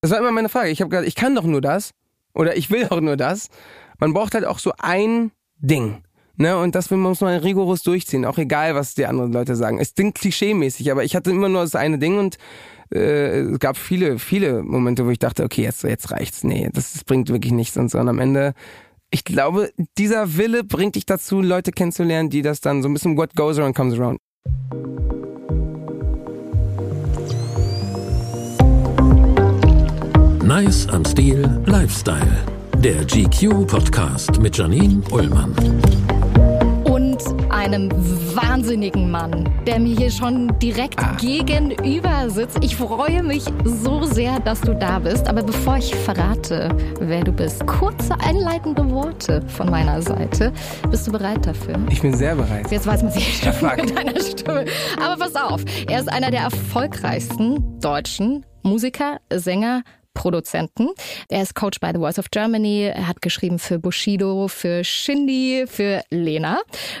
Das war immer meine Frage. Ich habe gesagt, ich kann doch nur das oder ich will auch nur das. Man braucht halt auch so ein Ding. Ne, und das will man muss man rigoros durchziehen, auch egal, was die anderen Leute sagen. Es klingt klischee-mäßig, aber ich hatte immer nur das eine Ding und äh, es gab viele, viele Momente, wo ich dachte, okay, jetzt, jetzt reicht's. Nee, das, das bringt wirklich nichts und so. Und am Ende, ich glaube, dieser Wille bringt dich dazu, Leute kennenzulernen, die das dann so ein bisschen what goes around comes around. Nice am Stil Lifestyle. Der GQ Podcast mit Janine Ullmann. Und einem wahnsinnigen Mann, der mir hier schon direkt gegenüber sitzt. Ich freue mich so sehr, dass du da bist. Aber bevor ich verrate, wer du bist, kurze einleitende Worte von meiner Seite. Bist du bereit dafür? Ich bin sehr bereit. Jetzt weiß man sich Ja, schon fuck. mit deiner Stimme. Aber pass auf, er ist einer der erfolgreichsten deutschen Musiker, Sänger, Produzenten. Er ist Coach bei The Voice of Germany. Er hat geschrieben für Bushido, für Shindy, für Lena.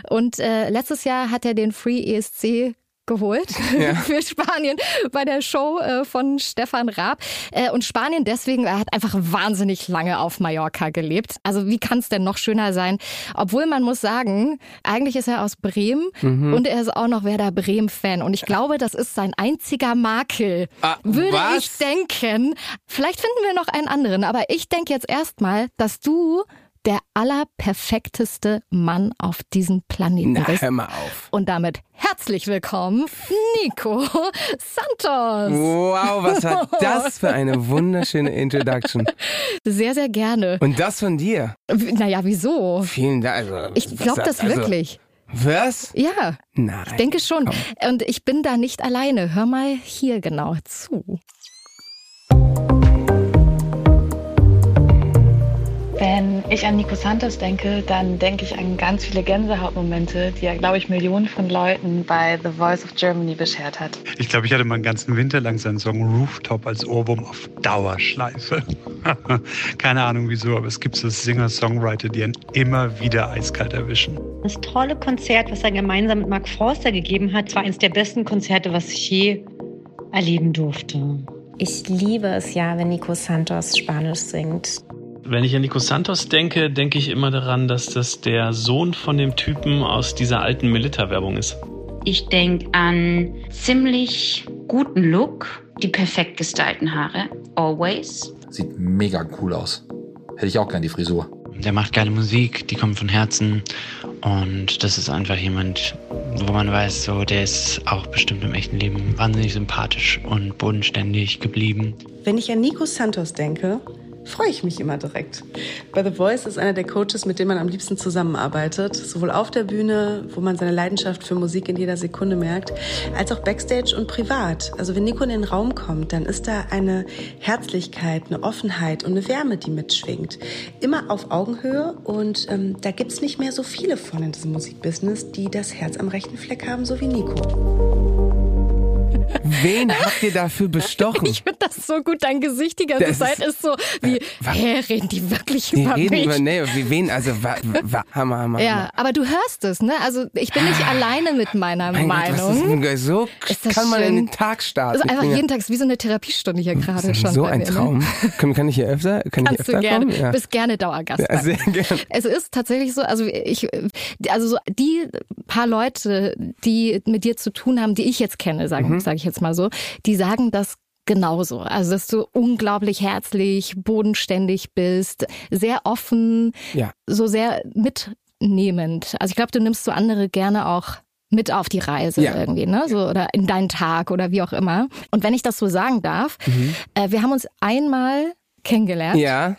Und äh, letztes Jahr hat er den Free ESC geholt für Spanien bei der Show äh, von Stefan Raab. Äh, und Spanien deswegen, er hat einfach wahnsinnig lange auf Mallorca gelebt. Also wie kann es denn noch schöner sein? Obwohl man muss sagen, eigentlich ist er aus Bremen Mhm. und er ist auch noch Werder Bremen-Fan. Und ich glaube, das ist sein einziger Makel. Ah, Würde ich was? denken. Vielleicht finden wir noch einen anderen, aber ich denke jetzt erstmal, dass du der allerperfekteste Mann auf diesem Planeten Na, bist. hör mal auf. Und damit herzlich willkommen, Nico Santos. Wow, was war das für eine wunderschöne Introduction. Sehr, sehr gerne. Und das von dir. W- Naja, wieso? Vielen Dank. Also, Ich glaube das also- wirklich. Was? Ja, Nein. ich denke schon. Und ich bin da nicht alleine. Hör mal hier genau zu. Wenn ich an Nico Santos denke, dann denke ich an ganz viele Gänsehautmomente, die er, glaube ich, Millionen von Leuten bei The Voice of Germany beschert hat. Ich glaube, ich hatte meinen ganzen Winter lang seinen Song Rooftop als Ohrwurm auf Dauerschleife. Keine Ahnung wieso, aber es gibt so Singer-Songwriter, die einen immer wieder eiskalt erwischen. Das tolle Konzert, was er gemeinsam mit Mark Forster gegeben hat, war eines der besten Konzerte, was ich je erleben durfte. Ich liebe es ja, wenn Nico Santos Spanisch singt. Wenn ich an Nico Santos denke, denke ich immer daran, dass das der Sohn von dem Typen aus dieser alten Melitta-Werbung ist. Ich denke an ziemlich guten Look, die perfekt gestylten Haare, always. Sieht mega cool aus. Hätte ich auch gern die Frisur. Der macht geile Musik, die kommt von Herzen und das ist einfach jemand, wo man weiß, so der ist auch bestimmt im echten Leben wahnsinnig sympathisch und bodenständig geblieben. Wenn ich an Nico Santos denke, freue ich mich immer direkt. Bei The Voice ist einer der Coaches, mit dem man am liebsten zusammenarbeitet. Sowohl auf der Bühne, wo man seine Leidenschaft für Musik in jeder Sekunde merkt, als auch backstage und privat. Also wenn Nico in den Raum kommt, dann ist da eine Herzlichkeit, eine Offenheit und eine Wärme, die mitschwingt. Immer auf Augenhöhe und ähm, da gibt's nicht mehr so viele von in diesem Musikbusiness, die das Herz am rechten Fleck haben, so wie Nico. Wen habt ihr dafür bestochen? Ich finde das so gut. Dein Gesicht die ganze Das ist- Äh, Zeit ist so wie, wa- hä, reden die wirklich Die über reden mich? über, nee, wie wen, also, wa, wa, Hammer, Hammer, ja, aber du hörst es, ne? Also ich bin nicht alleine mit meiner Hammer. Ah. Mein Gott, was ist Meinung. denn, ge- so Ist das kann man in schön? den Tag starten. Also Ich einfach bin ja- jeden Tag ist wie so eine Therapiestunde hier gerade Das ist schon. so bei ein mir, ne? Traum. Kann, kann ich hier öfter? Kann ich Kannst öfter du gerne. kommen? Ja. Bist gerne Dauergast. ja, bei sehr mir. gerne. Es ist tatsächlich so, also ich, also so die paar Leute, die mit dir zu tun haben, die ich jetzt kenne, sage Mhm. sag ich jetzt mal so, die sagen das genauso. Also dass du unglaublich herzlich, bodenständig bist, sehr offen, Ja. so sehr mitnehmend. Also ich glaube, du nimmst so andere gerne auch mit auf die Reise Ja. irgendwie, ne? So oder in deinen Tag oder wie auch immer. Und wenn ich das so sagen darf, äh, wir haben uns einmal kennengelernt. Mhm. Ja,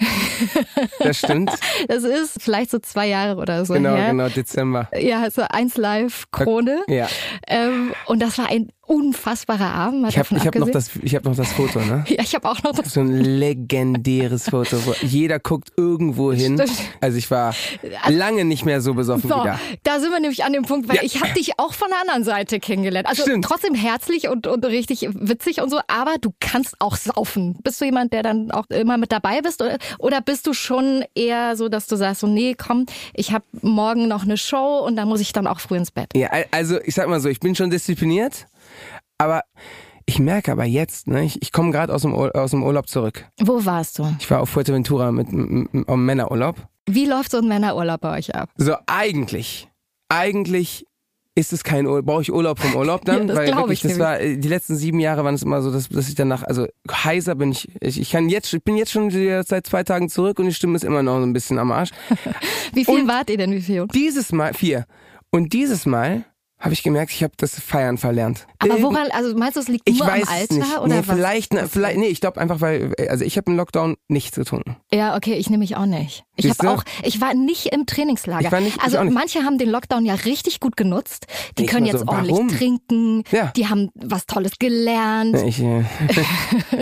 das stimmt. Das ist vielleicht so zwei Jahre oder so Genau, her. genau, Dezember. Ja, so 1 Live Krone. Ja. Ähm, und das war ein unfassbarer Abend. mal Ich habe davon ich hab noch, abgesehen. das- ich hab noch das Foto, ne? Ja, ich habe auch noch das. So ein legendäres Foto. Wo jeder guckt irgendwo hin. Stimmt. Also ich war lange nicht mehr so besoffen So, wieder. da sind wir nämlich an dem Punkt, weil Ja. ich habe dich auch von der anderen Seite kennengelernt. Also Stimmt. trotzdem herzlich und, und richtig witzig und so, aber du kannst auch saufen. Bist du jemand, der dann auch immer mit dabei bist oder, oder bist du schon eher so, dass du sagst, so nee, komm, ich habe morgen noch eine Show und dann muss ich dann auch früh ins Bett. Ja, al- also ich sag mal so, ich bin schon diszipliniert, aber Ich merke aber jetzt, ne, ich, ich komme gerade aus, dem Ur- aus dem Urlaub zurück. Wo warst du? Ich war auf Fuerteventura mit m- m- am Männerurlaub. Wie läuft so ein Männerurlaub bei euch ab? So, eigentlich, eigentlich ist es kein Urlaub. Brauche ich Urlaub vom Urlaub dann? Ja, das Weil glaub wirklich, das ich nämlich. war, äh, die letzten sieben Jahre waren es immer so, dass, dass ich danach, also heiser bin ich, ich, ich kann jetzt, ich bin jetzt schon wieder seit zwei Tagen zurück und die Stimme ist immer noch so ein bisschen am Arsch. Wie viel Und- wart ihr denn? Wie viel? Dieses Mal, vier. Und dieses Mal habe ich gemerkt, ich habe das Feiern verlernt. Aber Irgend- woran, also meinst du, es liegt ich nur weiß am Alter nicht. oder nee, was? vielleicht, ne, vielleicht, nee, ich glaube einfach, weil, also ich habe im Lockdown nichts getrunken. Ja, okay, ich nehme mich auch nicht. Ich Siehst habe du? auch, ich war nicht im Trainingslager. Ich war nicht- ich also auch nicht. manche haben den Lockdown ja richtig gut genutzt. Die Ich können war so, jetzt ordentlich warum? trinken. Ja. Die haben was Tolles gelernt. Ich, äh,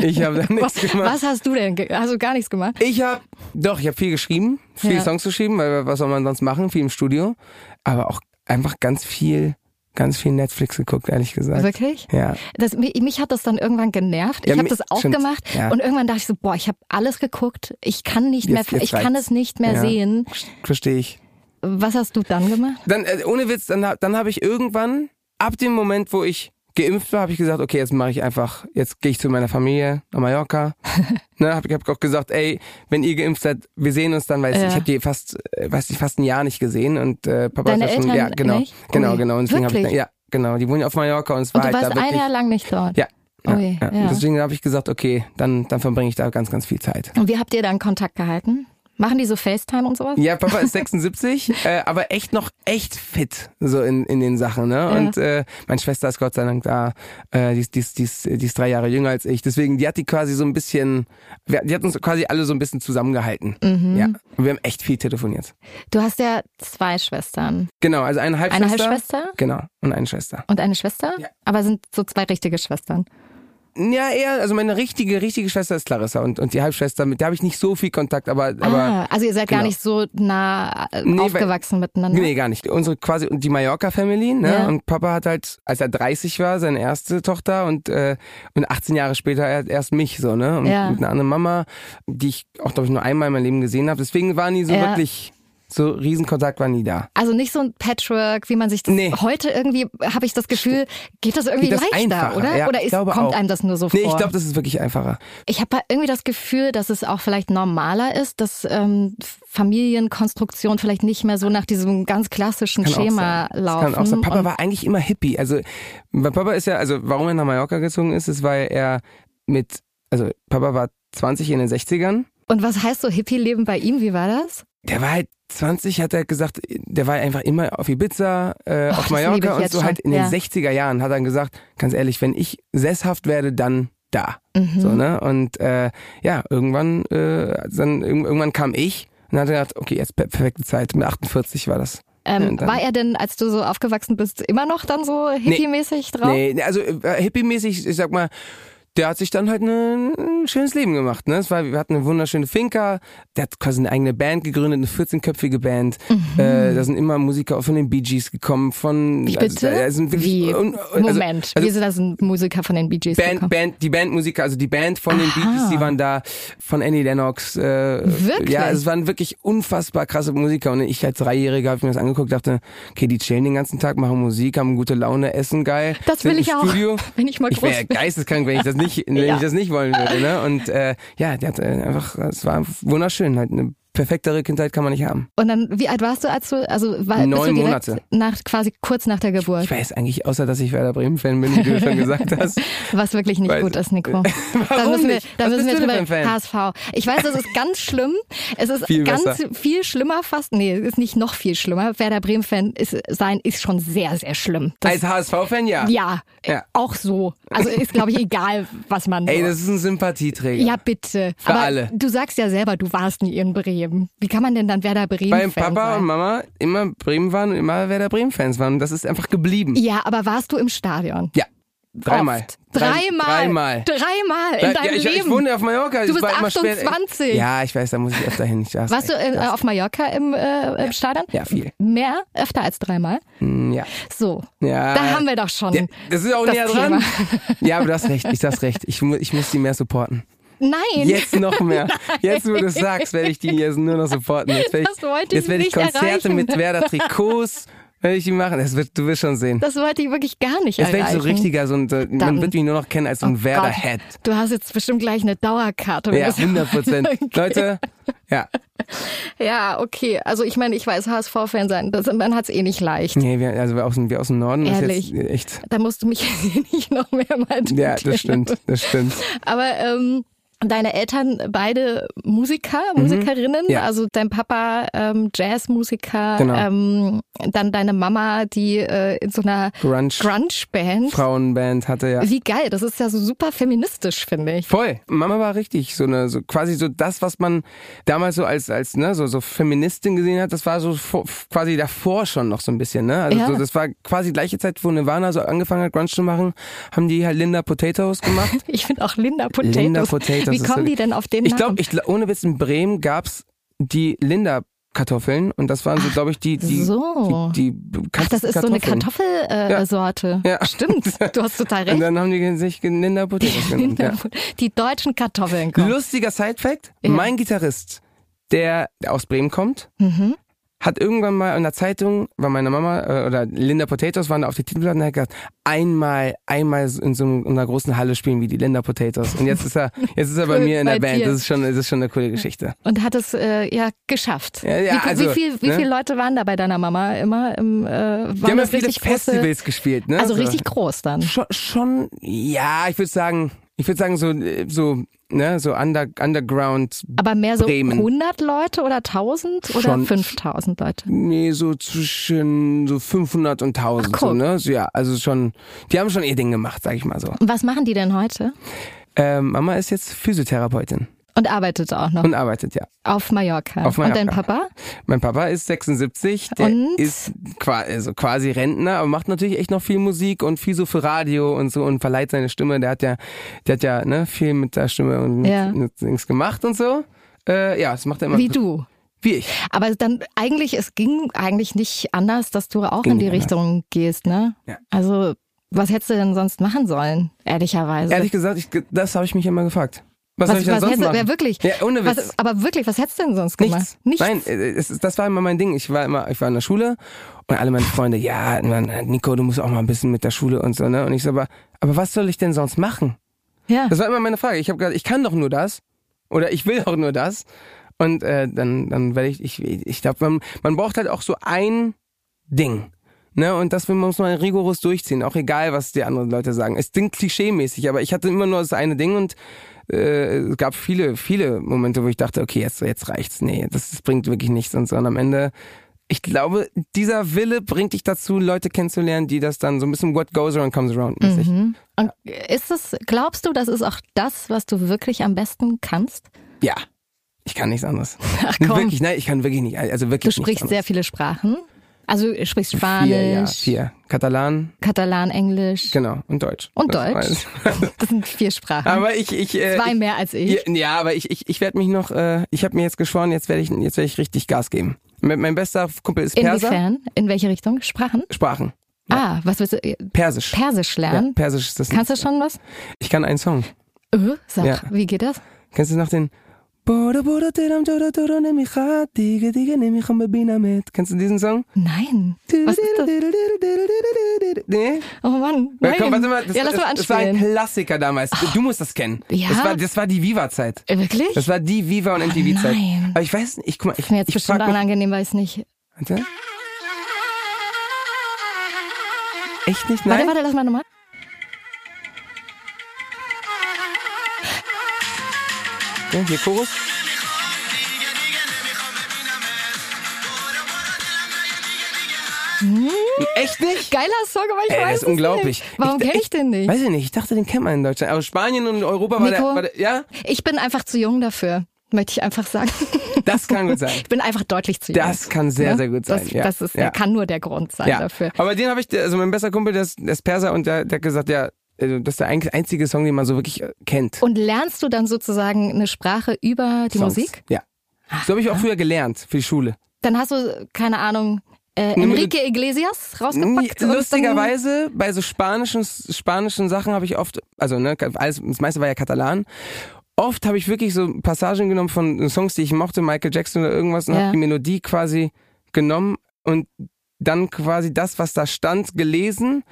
ich habe da nichts was, gemacht. was hast du denn? ge- Hast du gar nichts gemacht? Ich habe, doch, ich habe viel geschrieben, viele Ja. Songs geschrieben, weil was soll man sonst machen? Viel im Studio, aber auch einfach ganz viel, ganz viel Netflix geguckt, ehrlich gesagt. Wirklich? Ja. Das, mich, mich hat das dann irgendwann genervt. Ich Ja, habe mi- das auch stimmt. gemacht Ja. und irgendwann dachte ich so, boah, ich habe alles geguckt. Ich kann nicht Jetzt- mehr, jetzt ich kann reicht's. es nicht mehr Ja. sehen. Verstehe ich. Was hast du dann gemacht? Dann, äh, ohne Witz, dann, hab- dann habe ich irgendwann, ab dem Moment, wo ich geimpft war, habe ich gesagt, okay, jetzt mache ich einfach, jetzt gehe ich zu meiner Familie nach Mallorca. ne, habe ich hab auch gesagt, ey, wenn ihr geimpft seid, wir sehen uns dann, weil ich- Ja. ich habe die fast, äh, weiß nicht, fast ein Jahr nicht gesehen und äh, Papa Deine ist ja schon, Eltern ja, genau, nicht? genau, Ui. genau, und deswegen habe ich, Wirklich? ja, genau, die wohnen ja auf Mallorca und es war Und halt du da warst wirklich, ein Jahr lang nicht dort. Ja. Ja, Ui, ja. ja. Und deswegen habe ich gesagt, okay, dann, dann verbringe ich da ganz, ganz viel Zeit. Und wie habt ihr dann Kontakt gehalten? Machen die so FaceTime und sowas? Ja, Papa ist 76, äh, aber echt noch echt fit so in, in den Sachen. Ne? Und äh, meine Schwester ist Gott sei Dank da. Äh, die, ist, die, ist, die, ist, die ist drei Jahre jünger als ich. Deswegen, die hat die quasi so ein bisschen, wir- die hat uns quasi alle so ein bisschen zusammengehalten. Mhm. Ja. Und wir haben echt viel telefoniert. Du hast ja zwei Schwestern. Genau, also eine Halbschwester. Eine Halbschwester Genau, und eine Schwester. und eine Schwester, Ja. aber sind so zwei richtige Schwestern. Ja, eher, also meine richtige, richtige Schwester ist Clarissa und, und die Halbschwester, mit der habe ich nicht so viel Kontakt, aber, aber ah, also ihr seid gar genau. nicht so nah äh, Nee, weil- aufgewachsen miteinander. Nee, gar nicht. Unsere quasi die Mallorca-Family, ne? Ja. Und Papa hat halt, als er 30 war, seine erste Tochter und, äh, und 18 Jahre später er hat erst mich so, ne? Und Ja. mit einer anderen Mama, die ich auch, glaube ich, nur einmal in meinem Leben gesehen habe. Deswegen war nie so Ja. wirklich, so Riesenkontakt war nie da. Also nicht so ein Patchwork, wie man sich das Nee. heute irgendwie habe ich das Gefühl, geht das irgendwie Geht das leichter, einfacher? oder? Ja, oder ich ist, glaube kommt auch. einem das nur so Nee, vor? ich glaube, das ist wirklich einfacher. Ich habe irgendwie das Gefühl, dass es auch vielleicht normaler ist, dass ähm, Familienkonstruktion vielleicht nicht mehr so nach diesem ganz klassischen Kann Schema auch sein. Das laufen. Kann auch sein. Papa Und- war eigentlich immer Hippie. Also mein Papa ist ja, also warum er nach Mallorca gezogen ist, ist, weil er mit, also Papa war 20 in den 60ern Und was heißt so Hippie-Leben bei ihm? Wie war das? Der war halt 20, hat er gesagt, der war einfach immer auf Ibiza, äh, Och, auf das liebe ich Mallorca und jetzt so halt schon, in ja. den 60er Jahren hat er gesagt, ganz ehrlich, wenn ich sesshaft werde, dann da. Mhm. So, ne? Und äh, ja, irgendwann, äh, dann, irg- irgendwann kam ich und hat er gedacht, okay, jetzt per- perfekte Zeit, mit 48 war das. Ähm, Und dann- war er denn, als du so aufgewachsen bist, immer noch dann so hippie-mäßig drauf? Nee, nee, also äh, hippie-mäßig, ich sag mal, der hat sich dann halt ne, ein schönes Leben gemacht. Ne? Es war, wir hatten eine wunderschöne Finca, der hat quasi eine eigene Band gegründet, eine 14-köpfige Band. Äh, da sind immer Musiker auch von den Bee Gees gekommen, von... Mhm. Wie bitte? da Also, sind wirklich- Wie? und- also- Moment, also- wie sind das ein Musiker von den Bee Gees Band, gekommen? Band, die Bandmusiker, also die Band von den Bee Gees, die waren da, von Annie Lennox. Äh, Wirklich? Ja, es waren wirklich unfassbar krasse Musiker. Und ich als Dreijähriger habe mir das angeguckt, dachte, okay, die chillen den ganzen Tag, machen Musik, haben gute Laune, essen geil. Das sind will im ich auch, Studio. wenn ich mal Ich wäre groß ja bin. geisteskrank, wenn ich das nicht, wenn Ja. ich das nicht wollen würde. Ne? Und äh, ja, der hat äh, einfach, es war wunderschön, halt eine perfektere Kindheit kann man nicht haben. Und dann, wie alt warst du, als du, also war, bist du Neun direkt Monate. nach, quasi kurz nach der Geburt, Ich weiß eigentlich, außer dass ich Werder Bremen-Fan bin, wie du schon gesagt hast. was wirklich nicht weiß- gut ist, Nico. Da Warum müssen wir, nicht? da Was müssen bist wir du denn drüber, für ein Fan? HSV. Ich weiß, das ist ganz schlimm. Es ist Viel ganz besser. viel schlimmer fast, nee, es ist nicht noch viel schlimmer. Werder Bremen-Fan ist, sein ist schon sehr, sehr schlimm. Das, Als HSV-Fan, Also, ja. ja, Ja. auch so. Also ist, glaube ich, egal, was man Ey, so- das ist ein Sympathieträger. Ja, bitte. Für Aber alle. du sagst ja selber, du warst nie in Bremen. Wie kann man denn dann Werder Bremen weil Fan Papa sein? und Mama immer Bremen waren und immer Werder Bremen-Fans waren. Und das ist einfach geblieben. Ja, aber warst du im Stadion? Ja. Dreimal. Oft. Dreimal. Dreimal. Dreimal in deinem ja, ich, Leben. ich wohne auf Mallorca. Du Ich bist war immer spät- 28. Ja, ich weiß, da muss ich öfter hin. Ich weiß, warst du äh, auf Mallorca im, äh, im Stadion? Ja, viel. Mehr, öfter als dreimal. Ja. So, ja. da haben wir doch schon. Ja, das ist auch das Äh, näher Thema. dran. Ja, aber du hast recht. Ich hast recht. Ich, mu- ich muss die mehr supporten. Nein. Jetzt noch mehr. Jetzt, wo du es sagst, werde ich die jetzt nur noch supporten. Jetzt werde ich, Das wollte ich jetzt werde ich nicht Konzerte erreichen. mit Werder Trikots. Werde ich ihn machen. Das wird, du wirst schon sehen. Das wollte ich wirklich gar nicht Jetzt werde ich erreichen. so richtiger, so ein, so, man Dann- wird mich nur noch kennen als so ein Oh Werder-Head. Gott, Du hast jetzt bestimmt gleich eine Dauerkarte. Ja, oder so. 100 Prozent. Okay. Leute, ja. Ja, okay. Also ich meine, ich weiß HSV-Fan sein, das, man hat es eh nicht leicht. Nee, wir, also wir aus, dem- wir aus dem Norden Ehrlich. ist jetzt echt. Da musst du mich eh nicht noch mehrmals. Ja, das stimmt, das stimmt. Aber ähm, deine Eltern beide Musiker, Musikerinnen, Mhm. ja. also dein Papa ähm, Jazzmusiker, Genau. ähm, dann deine Mama, die äh, in so einer Grunge, Grunge-Band. Frauenband hatte ja. Wie geil, das ist ja so super feministisch, finde ich. Voll. Mama war richtig so eine, so quasi so das, was man damals so als als ne so so Feministin gesehen hat. Das war so vor, quasi davor schon noch so ein bisschen ne. Also Ja. so, das war quasi gleiche Zeit, wo Nirvana so angefangen hat, Grunge zu machen, haben die halt Linda Potatoes gemacht. Ich finde auch Linda Potatoes. Linda Potatoes. Wie ist kommen so- die denn auf den Ich Namen? glaube, ich gl- ohne Witz in Bremen gab's die Linda Kartoffeln und das waren so glaube ich die die so. die, die Ach, das ist so eine Kartoffeln. Kartoffelsorte. Äh, Ja. Sorte. Ja. Stimmt, du hast total Und recht. dann haben die sich Linda Potatoes genannt. ja. Die deutschen Kartoffeln kommen. Lustiger Sidefact: Ja. Mein Gitarrist, der aus Bremen kommt, Mhm. hat irgendwann mal in der Zeitung, weil meine Mama äh, oder Linda Potatoes waren da auf die Titelplatte und hat gesagt, einmal, einmal so in so einem- in einer großen Halle spielen wie die Linda Potatoes. Und jetzt ist er, jetzt ist er bei Cool, mir in der bei Band. dir. Das ist schon, das ist schon eine coole Geschichte. Und hat es äh, ja geschafft. Ja, ja, wie, wie also, viel, wie ne? viele Leute waren da bei deiner Mama immer? Im, äh, waren Wir haben ja das viele richtig große- Festivals gespielt, ne? Also So. richtig groß dann. Schon, schon ja, ich würde sagen, ich würde sagen so, äh, so, ne, so under, underground, Aber mehr so Bremen. 100 Leute oder 1000 oder Schon. 5000 Leute? nee, so zwischen so 500 und 1000, Ach, so, guck. ne? So, ja, also schon, die haben schon ihr Ding gemacht, sag ich mal so. Und was machen die denn heute? Ähm, Mama ist jetzt Physiotherapeutin Und arbeitet auch noch und arbeitet, ja. auf, Mallorca. Auf Und dein Mallorca. Papa? Mein Papa ist 76, der Und? ist qua also quasi Rentner, aber macht natürlich echt noch viel Musik und viel so für Radio und so und verleiht seine Stimme. Der hat ja, der hat ja ne, viel mit der Stimme und mit- Ja. mit Dings gemacht und so. Äh, ja, das macht er immer. Wie du. Wie ich. Aber dann eigentlich, es ging eigentlich nicht anders, dass du auch Ging in die nicht anders. Richtung gehst, ne? Ja. Also, was hättest du denn sonst machen sollen, ehrlicherweise? Ehrlich gesagt, ich, das habe ich mich immer gefragt. Was, soll Also was, ich denn was sonst hättest machen? Ja, wirklich. Ja, ohne Witz. Was, aber wirklich, was hättest du denn sonst Nichts. gemacht? Nein, äh, es, ist- das war immer mein Ding. Ich war immer, ich war in der Schule und alle meine Freunde, ja, Mann, Nico, du musst auch mal ein bisschen mit der Schule und so, ne? Und ich so, aber, aber was soll ich denn sonst machen? Ja. Das war immer meine Frage. Ich habe gesagt, ich kann doch nur das oder ich will doch nur das. Und äh, dann, dann werde ich, ich, ich glaube, man, man braucht halt auch so ein Ding. Ne? Und das will- muss man rigoros durchziehen, auch egal, was die anderen Leute sagen. Es klingt klischeemäßig, aber ich hatte immer nur das eine Ding und äh, es gab viele, viele Momente, wo ich dachte, okay, jetzt, jetzt reicht's. Nee, das, das bringt wirklich nichts und so. Und am Ende, ich glaube, dieser Wille bringt dich dazu, Leute kennenzulernen, die das dann so ein bisschen what goes around comes around mäßig. Mhm. Und ist das, glaubst du, das ist auch das, was du wirklich am besten kannst? Ja. Ich kann nichts anderes. Ach komm. Wirklich, nein, ich kann wirklich nicht. Also Du wirklich sprichst nichts sehr anderes. viele Sprachen. Also du sprichst Spanisch, Vier, ja, vier. Katalan, Katalan, Englisch genau, und Deutsch. und Das Deutsch. war's. Das sind vier Sprachen. Aber ich, ich, äh, Zwei ich, mehr als ich. Ja, ja, aber ich, ich, ich werde mich noch, äh, ich habe mir jetzt geschworen, jetzt werde ich, jetzt werde ich richtig Gas geben. Mein mein bester Kumpel ist Perser. Inwiefern? In welche Richtung? Sprachen? Sprachen. Ah, was willst du? Persisch. Persisch ja, lernen? Persisch ist das. Kannst du nächste. schon was? Ich kann einen Song. Äh, sag, Ja. wie geht das? Kennst du noch den? Boro, boro, tiram, doro, doro, nehmi ich hat, dige, dige, nehmi ich am Babina mit. Kennst du diesen Song? Nein. Was ist das? Nee? Oh Mann. Ja, Nein. komm, warte mal. Das, ja, lass das, mal das war ein anspielen. Klassiker damals. Du musst das kennen. Ja? Das war, das war die Viva-Zeit. Äh, Wirklich? Das Das war die Viva- und MTV-Zeit. nein. Aber ich weiß nicht, ich guck mal, ich, ist mir jetzt ich bestimmt frag mich, unangenehm, weil ich es nicht. Warte. Echt nicht? Warte, Nein? warte, lass mal nochmal. Ja, hier Chorus. Echt nicht? Geiler Song, aber Hm? ich Ey, weiß das ist es unglaublich. Nicht. Warum Ich- kenne ich den nicht? Weiß ich nicht, ich dachte, den kennt man in Deutschland. Aber Spanien und Europa war, der, Nico? war der. Ja? Ich bin einfach zu jung dafür. Möchte ich einfach sagen. Das kann gut sein. Ich bin einfach deutlich zu jung. Das kann sehr, Ne? sehr gut sein, Das, ja. das ist, Ja. kann nur der Grund sein dafür. Aber den habe ich, also mein bester Kumpel, der ist, der ist Perser und der, der hat gesagt, ja, also das ist der ein- einzige Song, den man so wirklich äh, kennt. Und lernst du dann sozusagen eine Sprache über die Songs. Musik? Ah. Ja. So habe ich auch früher gelernt für die Schule. Dann hast du, keine Ahnung, äh, Nee, Enrique Iglesias rausgepackt. und dann- Lustigerweise, bei so spanischen, spanischen Sachen habe ich oft, also ne, alles, das meiste war ja Katalan, oft habe ich wirklich so Passagen genommen von Songs, die ich mochte, Michael Jackson oder irgendwas, und Ja. habe die Melodie quasi genommen und dann quasi das, was da stand, gelesen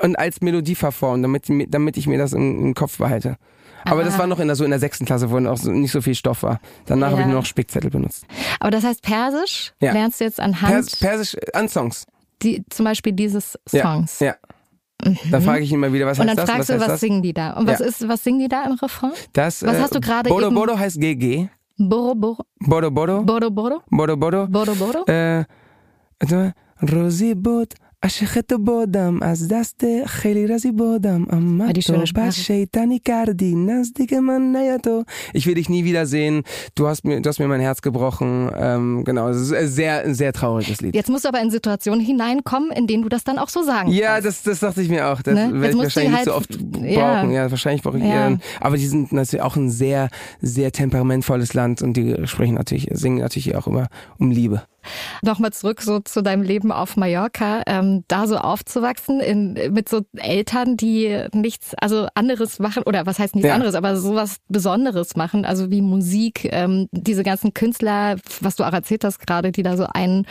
und als Melodie verformt, damit, damit ich mir das im, im Kopf behalte. Aber das war noch in der, so in der sechsten Klasse, wo auch so, nicht so viel Stoff war. Danach habe ich Ja. nur noch Spickzettel benutzt. Aber das heißt, Persisch Ja. lernst du jetzt anhand Pers Persisch äh, an Songs. die, zum Beispiel dieses Ja, Songs. Mhm. Ja. Da frage ich ihn immer wieder, was Und dann heißt das? fragst du, was was heißt singen die da? Und was Ja. ist, was singen die da im Refrain? das? das was äh, hast du gerade Bodo eben- Bodo heißt GG. Boro, boro, Bodo Bodo. boro, boro, Bodo Bodo. Äh, boro, boro. אה, אתה יודע, רוזי בוט, אשכת בודם, אז דסת חילי רזי בודם, אמרתו, Ah, schöne Sprache. בשייטני קרדי, נזדיק מנייתו. Ich will dich nie wiedersehen, du hast mir, du hast mir mein Herz gebrochen. Ähm, genau, es ist ein sehr, ein sehr trauriges Lied. Jetzt musst du aber in Situationen hineinkommen, in denen du das dann auch so sagen Ja, kannst. das, das dachte ich mir auch. Das Oh, Ne? werde Jetzt ich musst du wahrscheinlich halt- nicht so oft ja. brauchen. Ja, wahrscheinlich brauche ich Ja. eher. Aber die sind natürlich auch ein sehr, sehr temperamentvolles Land und die sprechen natürlich, singen natürlich auch immer um Liebe. Nochmal zurück so zu deinem Leben auf Mallorca, ähm, da so aufzuwachsen in, mit so Eltern, die nichts also anderes machen oder was heißt nichts Ja. anderes, aber sowas Besonderes machen, also wie Musik, ähm, diese ganzen Künstler, was du auch erzählt hast gerade, die da so ein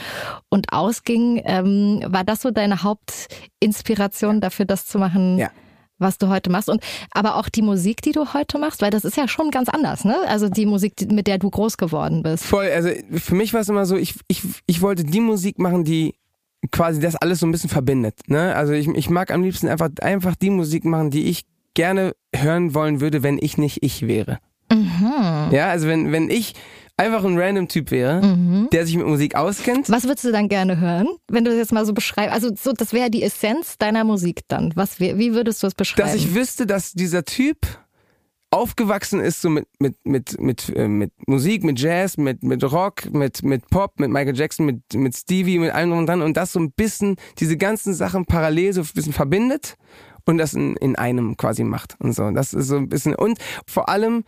und ausgingen, ähm, war das so deine Hauptinspiration dafür, das zu machen? Ja. was du heute machst und aber auch die Musik, die du heute machst, weil das ist ja schon ganz anders, ne? Also die Musik, die- mit der du groß geworden bist. Voll, also für mich war es immer so, ich, ich, ich wollte die Musik machen, die quasi das alles so ein bisschen verbindet. Ne? Also ich, ich mag am liebsten einfach, einfach die Musik machen, die ich gerne hören wollen würde, wenn ich nicht ich wäre. Mhm. Ja, also wenn, wenn ich einfach ein random Typ wäre, Mhm. der sich mit Musik auskennt. Was würdest du dann gerne hören, wenn du das jetzt mal so beschreibst? Also so, das wäre die Essenz deiner Musik dann. Was, wär- wie würdest du es beschreiben? dass ich wüsste, dass dieser Typ aufgewachsen ist so mit mit mit mit äh, mit Musik, mit Jazz, mit mit Rock, mit mit Pop, mit Michael Jackson, mit mit Stevie, mit allem drum und dran und das so ein bisschen diese ganzen Sachen parallel so ein bisschen verbindet und das in, in einem quasi macht und so. Das ist so ein bisschen und vor allem,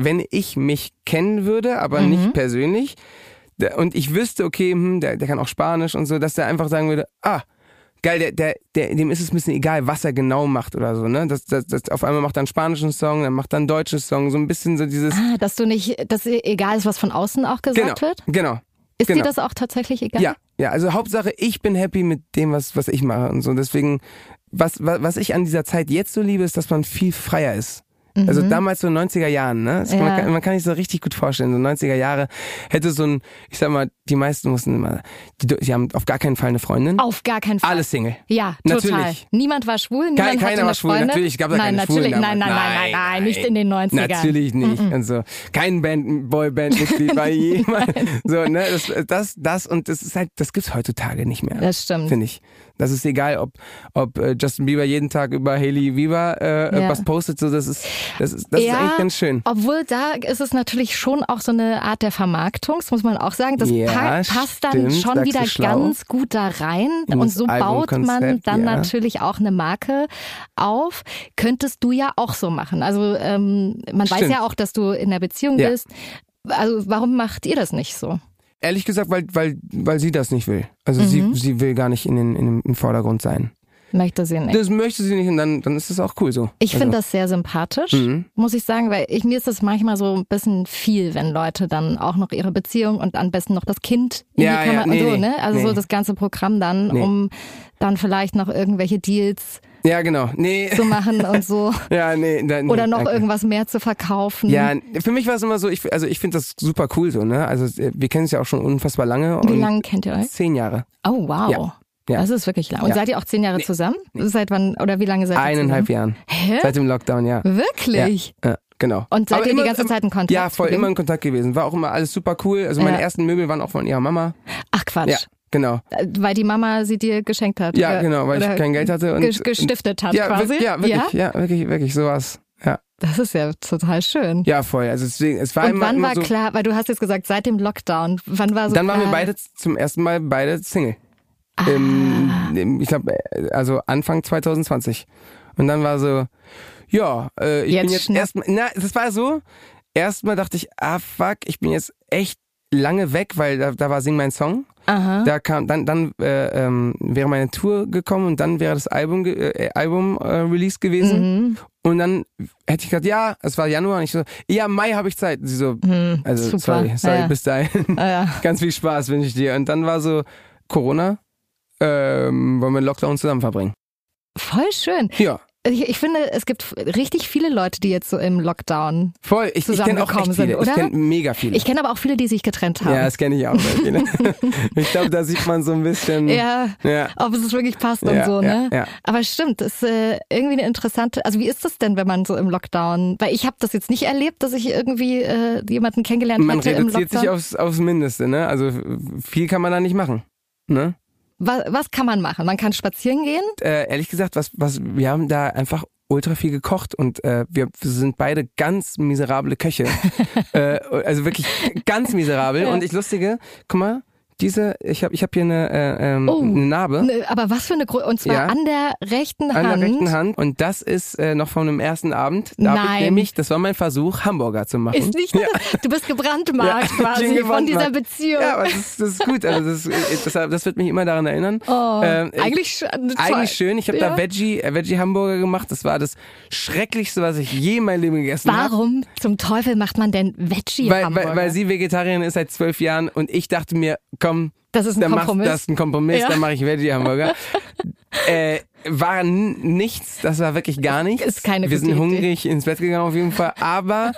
wenn ich mich kennen würde, aber nicht persönlich der- und ich wüsste, okay, hm, der, der kann auch Spanisch und so, dass der einfach sagen würde, ah Geil, der, der, der, dem ist es ein bisschen egal, was er genau macht oder so, ne? Das, das, das, auf einmal macht er einen spanischen Song, dann macht er einen deutschen Song, so ein bisschen so dieses. ah, dass du nicht, dass dir egal ist, was von außen auch gesagt genau, wird. genau. Ist genau. dir das auch tatsächlich egal? Ja, ja. Also Hauptsache, ich bin happy mit dem, was, was ich mache und so. Deswegen, was, was, was ich an dieser Zeit jetzt so liebe, ist, dass man viel freier ist. Also damals so in 90er Jahren, ne? Das kann Mhm. Ja. man, kann- man kann sich so richtig gut vorstellen. So 90er Jahre hätte so ein, ich sag mal, die meisten mussten immer, die, die haben auf gar keinen Fall eine Freundin. Auf gar keinen Fall. Alle Single. Ja, Natürlich. total. Niemand war schwul, niemand Kein- hatte keiner eine war schwul, Freundin. natürlich gab es nein, keine natürlich, Schwulen nein, nein, nein, damals. nein, nein, Nein, nicht in den Mhm. 90ern. Natürlich nicht. Und so. Kein Band, Boyband-Mitglied war jemand. So, ne? Das, das, das und das ist halt, das gibt's heutzutage nicht mehr. Das stimmt. Finde ich. Das ist egal, ob, ob äh, Justin Bieber jeden Tag über Haley Bieber äh, Ja. was postet. So, das ist, das ist, das ist eigentlich ganz schön. Obwohl da ist es natürlich schon auch so eine Art der Vermarktung, das muss man auch sagen. Das Ja, pa passt dann stimmt, schon sagst wieder du schlau. ganz gut da rein. In Und das so baut man Albumkonzept, dann ja. natürlich auch eine Marke auf. Könntest du ja auch so machen. Also ähm, man weiß Stimmt. ja auch, dass du in einer Beziehung Ja. bist. Also warum macht ihr das nicht so? Ehrlich gesagt, weil, weil, weil sie das nicht will. Also Mhm. sie, sie will gar nicht in den, in den im Vordergrund sein. Möchte sie nicht. Das möchte sie nicht und dann, dann ist das auch cool so. Ich also, finde das sehr sympathisch, Mhm. muss ich sagen, weil ich, mir ist das manchmal so ein bisschen viel, wenn Leute dann auch noch ihre Beziehung und am besten noch das Kind in Ja, die ja, Kamera nee, und so, nee, ne? Also so nee. das ganze Programm dann, Nee. um dann vielleicht noch irgendwelche Deals Ja, genau. Nee. zu machen und so. Ja, nee, da- nee Oder noch danke. irgendwas mehr zu verkaufen. Ja, für mich war es immer so, ich, also ich finde das super cool so, ne? Also äh, wir kennen es ja auch schon unfassbar lange. Wie und lange kennt ihr euch? Zehn Jahre. Oh, wow. Ja. Ja. Das ist wirklich lang. Und Ja. seid ihr auch zehn Jahre zusammen? Seit wann oder wie lange seid ihr Eineinhalb Jahren. zusammen? Hä? Seit dem Lockdown, ja. Wirklich? Ja, ja, genau. Und seid ihr die ganze Zeit in Kontakt Ja, voll geblieben? immer in Kontakt gewesen. War auch immer alles super cool. Also meine Ja. ersten Möbel waren auch von ihrer Mama. Ach Quatsch. Ja, genau. Äh, Weil die Mama sie dir geschenkt hat. Ja, oder- genau, weil oder ich kein Geld hatte. Und, ges- gestiftet hat ja, wir- quasi. Ja, wirklich, ja, wirklich, wirklich, sowas. Ja, Das ist ja total schön. ja, voll. Also deswegen, es war Und immer, wann immer war so, klar, weil du hast jetzt gesagt, seit dem Lockdown, wann war so Dann waren wir klar, beide zum ersten Mal beide Single. Ähm, ich glaube, also Anfang 2020. Und dann war so, ja, äh, ich Jetzt bin jetzt schnapp- erstmal, na, das war so, erstmal dachte ich, ah fuck, ich bin jetzt echt lange weg, weil da, da war Sing mein Song. Aha. Da kam, dann, dann äh, ähm, wäre meine Tour gekommen und dann wäre das Album, ge- äh, Album äh, Release Mhm. gewesen. Und dann hätte ich gesagt, ja, es war Januar und ich so, ja, Mai habe ich Zeit. Sie so, also Hm, super. sorry, sorry, Ja, ja. bis dahin. Ah, ja. Ganz viel Spaß wünsche ich dir. Und dann war so Corona. ähm, wollen wir einen Lockdown zusammen verbringen. Voll schön. Ja, Ich, ich finde, es gibt richtig viele Leute, die jetzt so im Lockdown. voll. Ich, ich kenne auch echt Zusammengekommen sind, viele. oder? Ich kenne mega viele. Ich kenne aber auch viele, die sich getrennt haben. ja, das kenne ich auch. sehr viele. ich glaube, da sieht man so ein bisschen. Ja, Ja. ob es wirklich passt Ja, und so, ja, ne? ja. Aber stimmt, das ist äh, irgendwie eine interessante. Also wie ist das denn, wenn man so im Lockdown? Weil ich habe das jetzt nicht erlebt, dass ich irgendwie äh, jemanden kennengelernt Man hätte im reduziert Lockdown. sich aufs, aufs Mindeste, ne? Also viel kann man da nicht machen. Ne? was, was kann man machen? Man kann spazieren gehen. äh, ehrlich gesagt, was, was, wir haben da einfach ultra viel gekocht und äh, wir sind beide ganz miserable Köche. äh, also wirklich ganz miserabel. Und ich lustige, guck mal, diese, ich habe ich hab hier eine, äh, ähm, Oh. eine Narbe Ne, Aber was für eine Größe? Und zwar Ja. an der rechten an Hand. der rechten Hand und das ist äh, noch von dem ersten Abend. Da hab Nein. ich nämlich, das war mein Versuch, Hamburger zu machen. Ist nicht Du bist gebrandmarkt ich bin quasi von gewandt, dieser Mann. Beziehung. Ja, aber das ist, das ist gut. Also das, ist- das, das wird mich immer daran erinnern. Oh, Ähm, ich- eigentlich sch- eine Zahl. Eigentlich schön. Ich habe Ja. da Veggie, äh, Veggie Hamburger gemacht. Das war das Schrecklichste, was ich je in meinem Leben gegessen habe. Warum zum Teufel macht man denn Veggie Weil, Hamburger? weil, weil sie Vegetarierin ist seit zwölf Jahren und ich dachte mir, komm, Das ist ein dann Kompromiss. Machst, das ist ein Kompromiss, Ja. dann mache ich Veggie Hamburger. äh, war n- nichts, das war wirklich gar nichts. Ist keine Wir gute sind Idee. hungrig ins Bett gegangen auf jeden Fall. Aber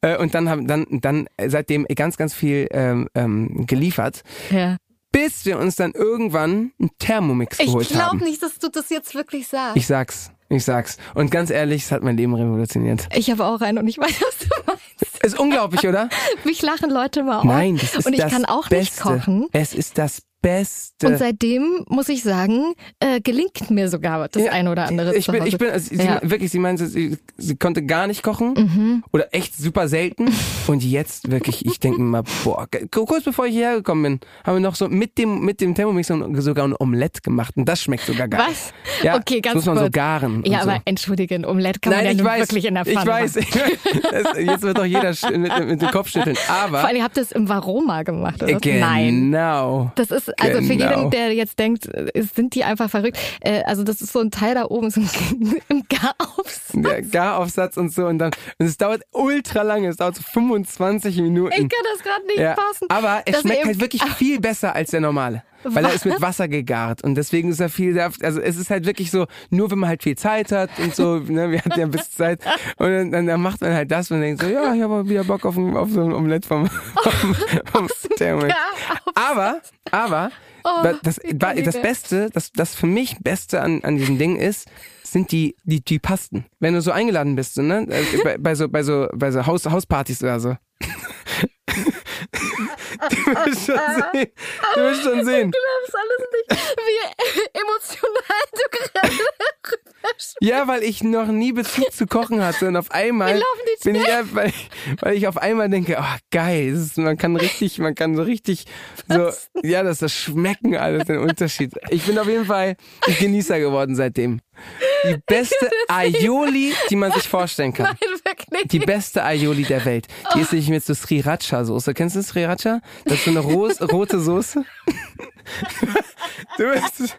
äh, und dann haben dann dann seitdem ganz ganz viel ähm, ähm, geliefert, ja. bis wir uns dann irgendwann einen Thermomix Ich geholt haben. glaube nicht, dass du das jetzt wirklich sagst. Ich sag's, ich sag's. Und ganz ehrlich, es hat mein Leben revolutioniert. Ich habe auch einen und ich weiß, was du meinst. Ist unglaublich, oder? Mich lachen Leute mal auf. Nein, das ist und ich das kann auch Beste. nicht kochen. Es ist das Beste. Und seitdem muss ich sagen, äh, gelingt mir sogar das Ja, ein oder andere ich zu bin, Hause. ich bin, also, sie, Ja. Mhm. wirklich, sie meinte, sie, sie konnte gar nicht kochen oder echt super selten. Und jetzt wirklich, ich denke mir mal, boah, ge- kurz bevor ich hierher gekommen bin, haben wir noch so mit dem, mit dem Thermomix so- sogar ein Omelett gemacht. Und das schmeckt sogar geil. Was? Ja, okay, das ganz muss man so kurz. garen. und Ja, so. aber entschuldige, ein Omelette kann man ja Nein, ich nun weiß, wirklich in der ich Pfanne weiß. machen. Das, jetzt wird doch jeder sch- mit, mit dem Kopf schütteln. Aber äh, Vor allem, ihr habt das im Varoma gemacht, oder? Nein. Genau. Das ist, also für Genau. jeden, der jetzt denkt, äh, sind die einfach verrückt. Äh, also das ist so ein Teil da oben, so ein, im Chaos. Der Garaufsatz und so und dann und es dauert ultra lange, es dauert so 25 Minuten. Ich kann das gerade nicht fassen. Aber es dass schmeckt eben- halt wirklich viel besser als der normale. Weil er ist mit Wasser gegart und deswegen ist er viel, saft- also es ist halt wirklich so, nur wenn man halt viel Zeit hat und so, ne, wir hatten ja ein bisschen Zeit und dann, dann, dann macht man halt das und denkt so, ja, ich habe wieder Bock auf, ein- auf so ein Omelett vom, vom, vom Thermomix. Aber, aber, Oh, wa- das, wa- das Beste, das, das für mich Beste an, an diesem Ding ist, sind die, die, die Pasten. Wenn du so eingeladen bist, ne, äh, bei, bei so, bei so, bei so Haus, Hauspartys oder so. Du wirst schon sehen. Du wirst schon sehen. glaubst alles nicht, wie emotional du gerade rüberschwebst. Ja, weil ich noch nie Bezug zu kochen hatte und auf einmal laufen die bin ich, ja, weil, weil ich auf einmal denke, oh geil, das ist, man kann richtig, man kann so richtig so, ja, das, das schmecken alles den Unterschied. Ich bin auf jeden Fall ein Genießer geworden seitdem. Die beste Aioli, die man sich vorstellen kann. Nein, wirklich. Die beste Aioli der Welt. Die ist nämlich mit so Sriracha-Soße. Kennst du Sriracha? Das ist so eine ros- rote Soße. Du bist.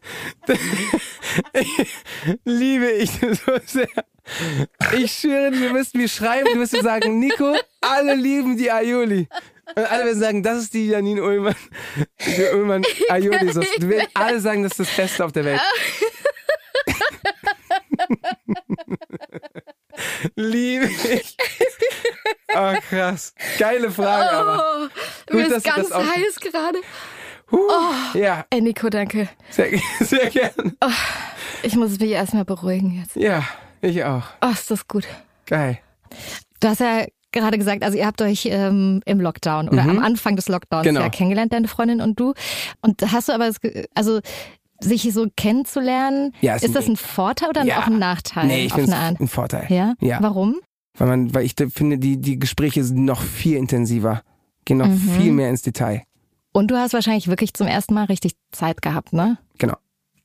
Liebe ich so sehr. Ich schwöre, du wirst mir schreiben, du wirst mir sagen, Nico, alle lieben die Aioli. Und alle werden sagen, das ist die Janine Ullmann, die Ullmann Aioli-Soße. Du wirst alle sagen, das ist das Beste auf der Welt. Liebe ich. Oh, krass. Geile Frage, aber. Oh, Gut, mir dass ist du ganz das auch- heiß gerade. Huh. Ja, Ey, Nico, danke. sehr, sehr gerne. Ich muss mich erstmal beruhigen jetzt. Ja, ich auch. Oh, ist das gut. Geil. Du hast ja gerade gesagt, also ihr habt euch ähm, im Lockdown oder am Anfang des Lockdowns Mhm. Genau. ja kennengelernt, deine Freundin und du. Und hast du aber, das, Ge- also sich so kennenzulernen, Ja, ist ist, ein das Ding. ein Vorteil oder Ja. auch ein Nachteil Nee, ich auf finde eine Art? es ein Vorteil. Ja? Ja. Warum? Weil, man, weil ich da finde, die, die Gespräche sind noch viel intensiver, gehen noch Mhm. viel mehr ins Detail. Und du hast wahrscheinlich wirklich zum ersten Mal richtig Zeit gehabt, ne? Genau.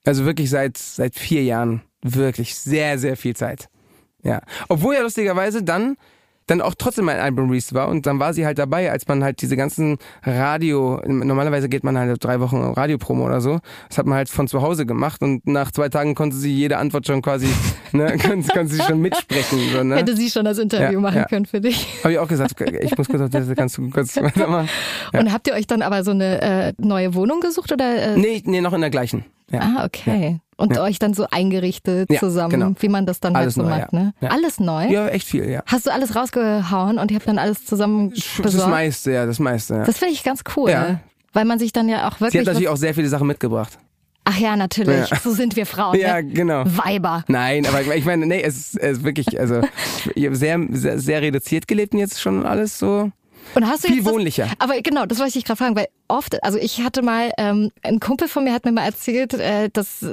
Also wirklich seit, seit vier Jahren wirklich sehr, sehr viel Zeit. Ja. Obwohl ja lustigerweise dann dann auch trotzdem ein Album Reese war und dann war sie halt dabei, als man halt diese ganzen Radio, normalerweise geht man halt drei Wochen Radiopromo oder so, das hat man halt von zu Hause gemacht und nach zwei Tagen konnte sie jede Antwort schon quasi, ne, konnte, konnte sie schon mitsprechen. So, ne? Hätte sie schon das Interview Ja, machen ja. können für dich. Habe ich auch gesagt, ich muss kurz auf das, kannst du kurz weitermachen? Ja. Und habt ihr euch dann aber so eine äh, neue Wohnung gesucht oder? Äh, Nee, nee, noch in der gleichen. Ja. Ah, okay. Und euch dann so eingerichtet Ja, zusammen, genau. wie man das dann Alles halt so neu, macht, ja. ne? Ja. Alles neu? ja, echt viel, ja. Hast du alles rausgehauen und ihr habt dann alles zusammen besorgt? Das meiste, ja, das meiste. Ja. Das finde ich ganz cool. Ja. Weil man sich dann ja auch Sie wirklich. hat natürlich auch sehr viele Sachen mitgebracht. Ach ja, natürlich. Ja. So sind wir Frauen. Ja, ne? genau. Weiber. Nein, aber ich meine, nee, es ist, es ist wirklich, also ich habe sehr, sehr, sehr reduziert gelebt und jetzt schon alles so. Und hast du Viel jetzt das- wohnlicher. Aber genau, das wollte ich gerade fragen, weil oft, also ich hatte mal, ähm, ein Kumpel von mir hat mir mal erzählt, äh, dass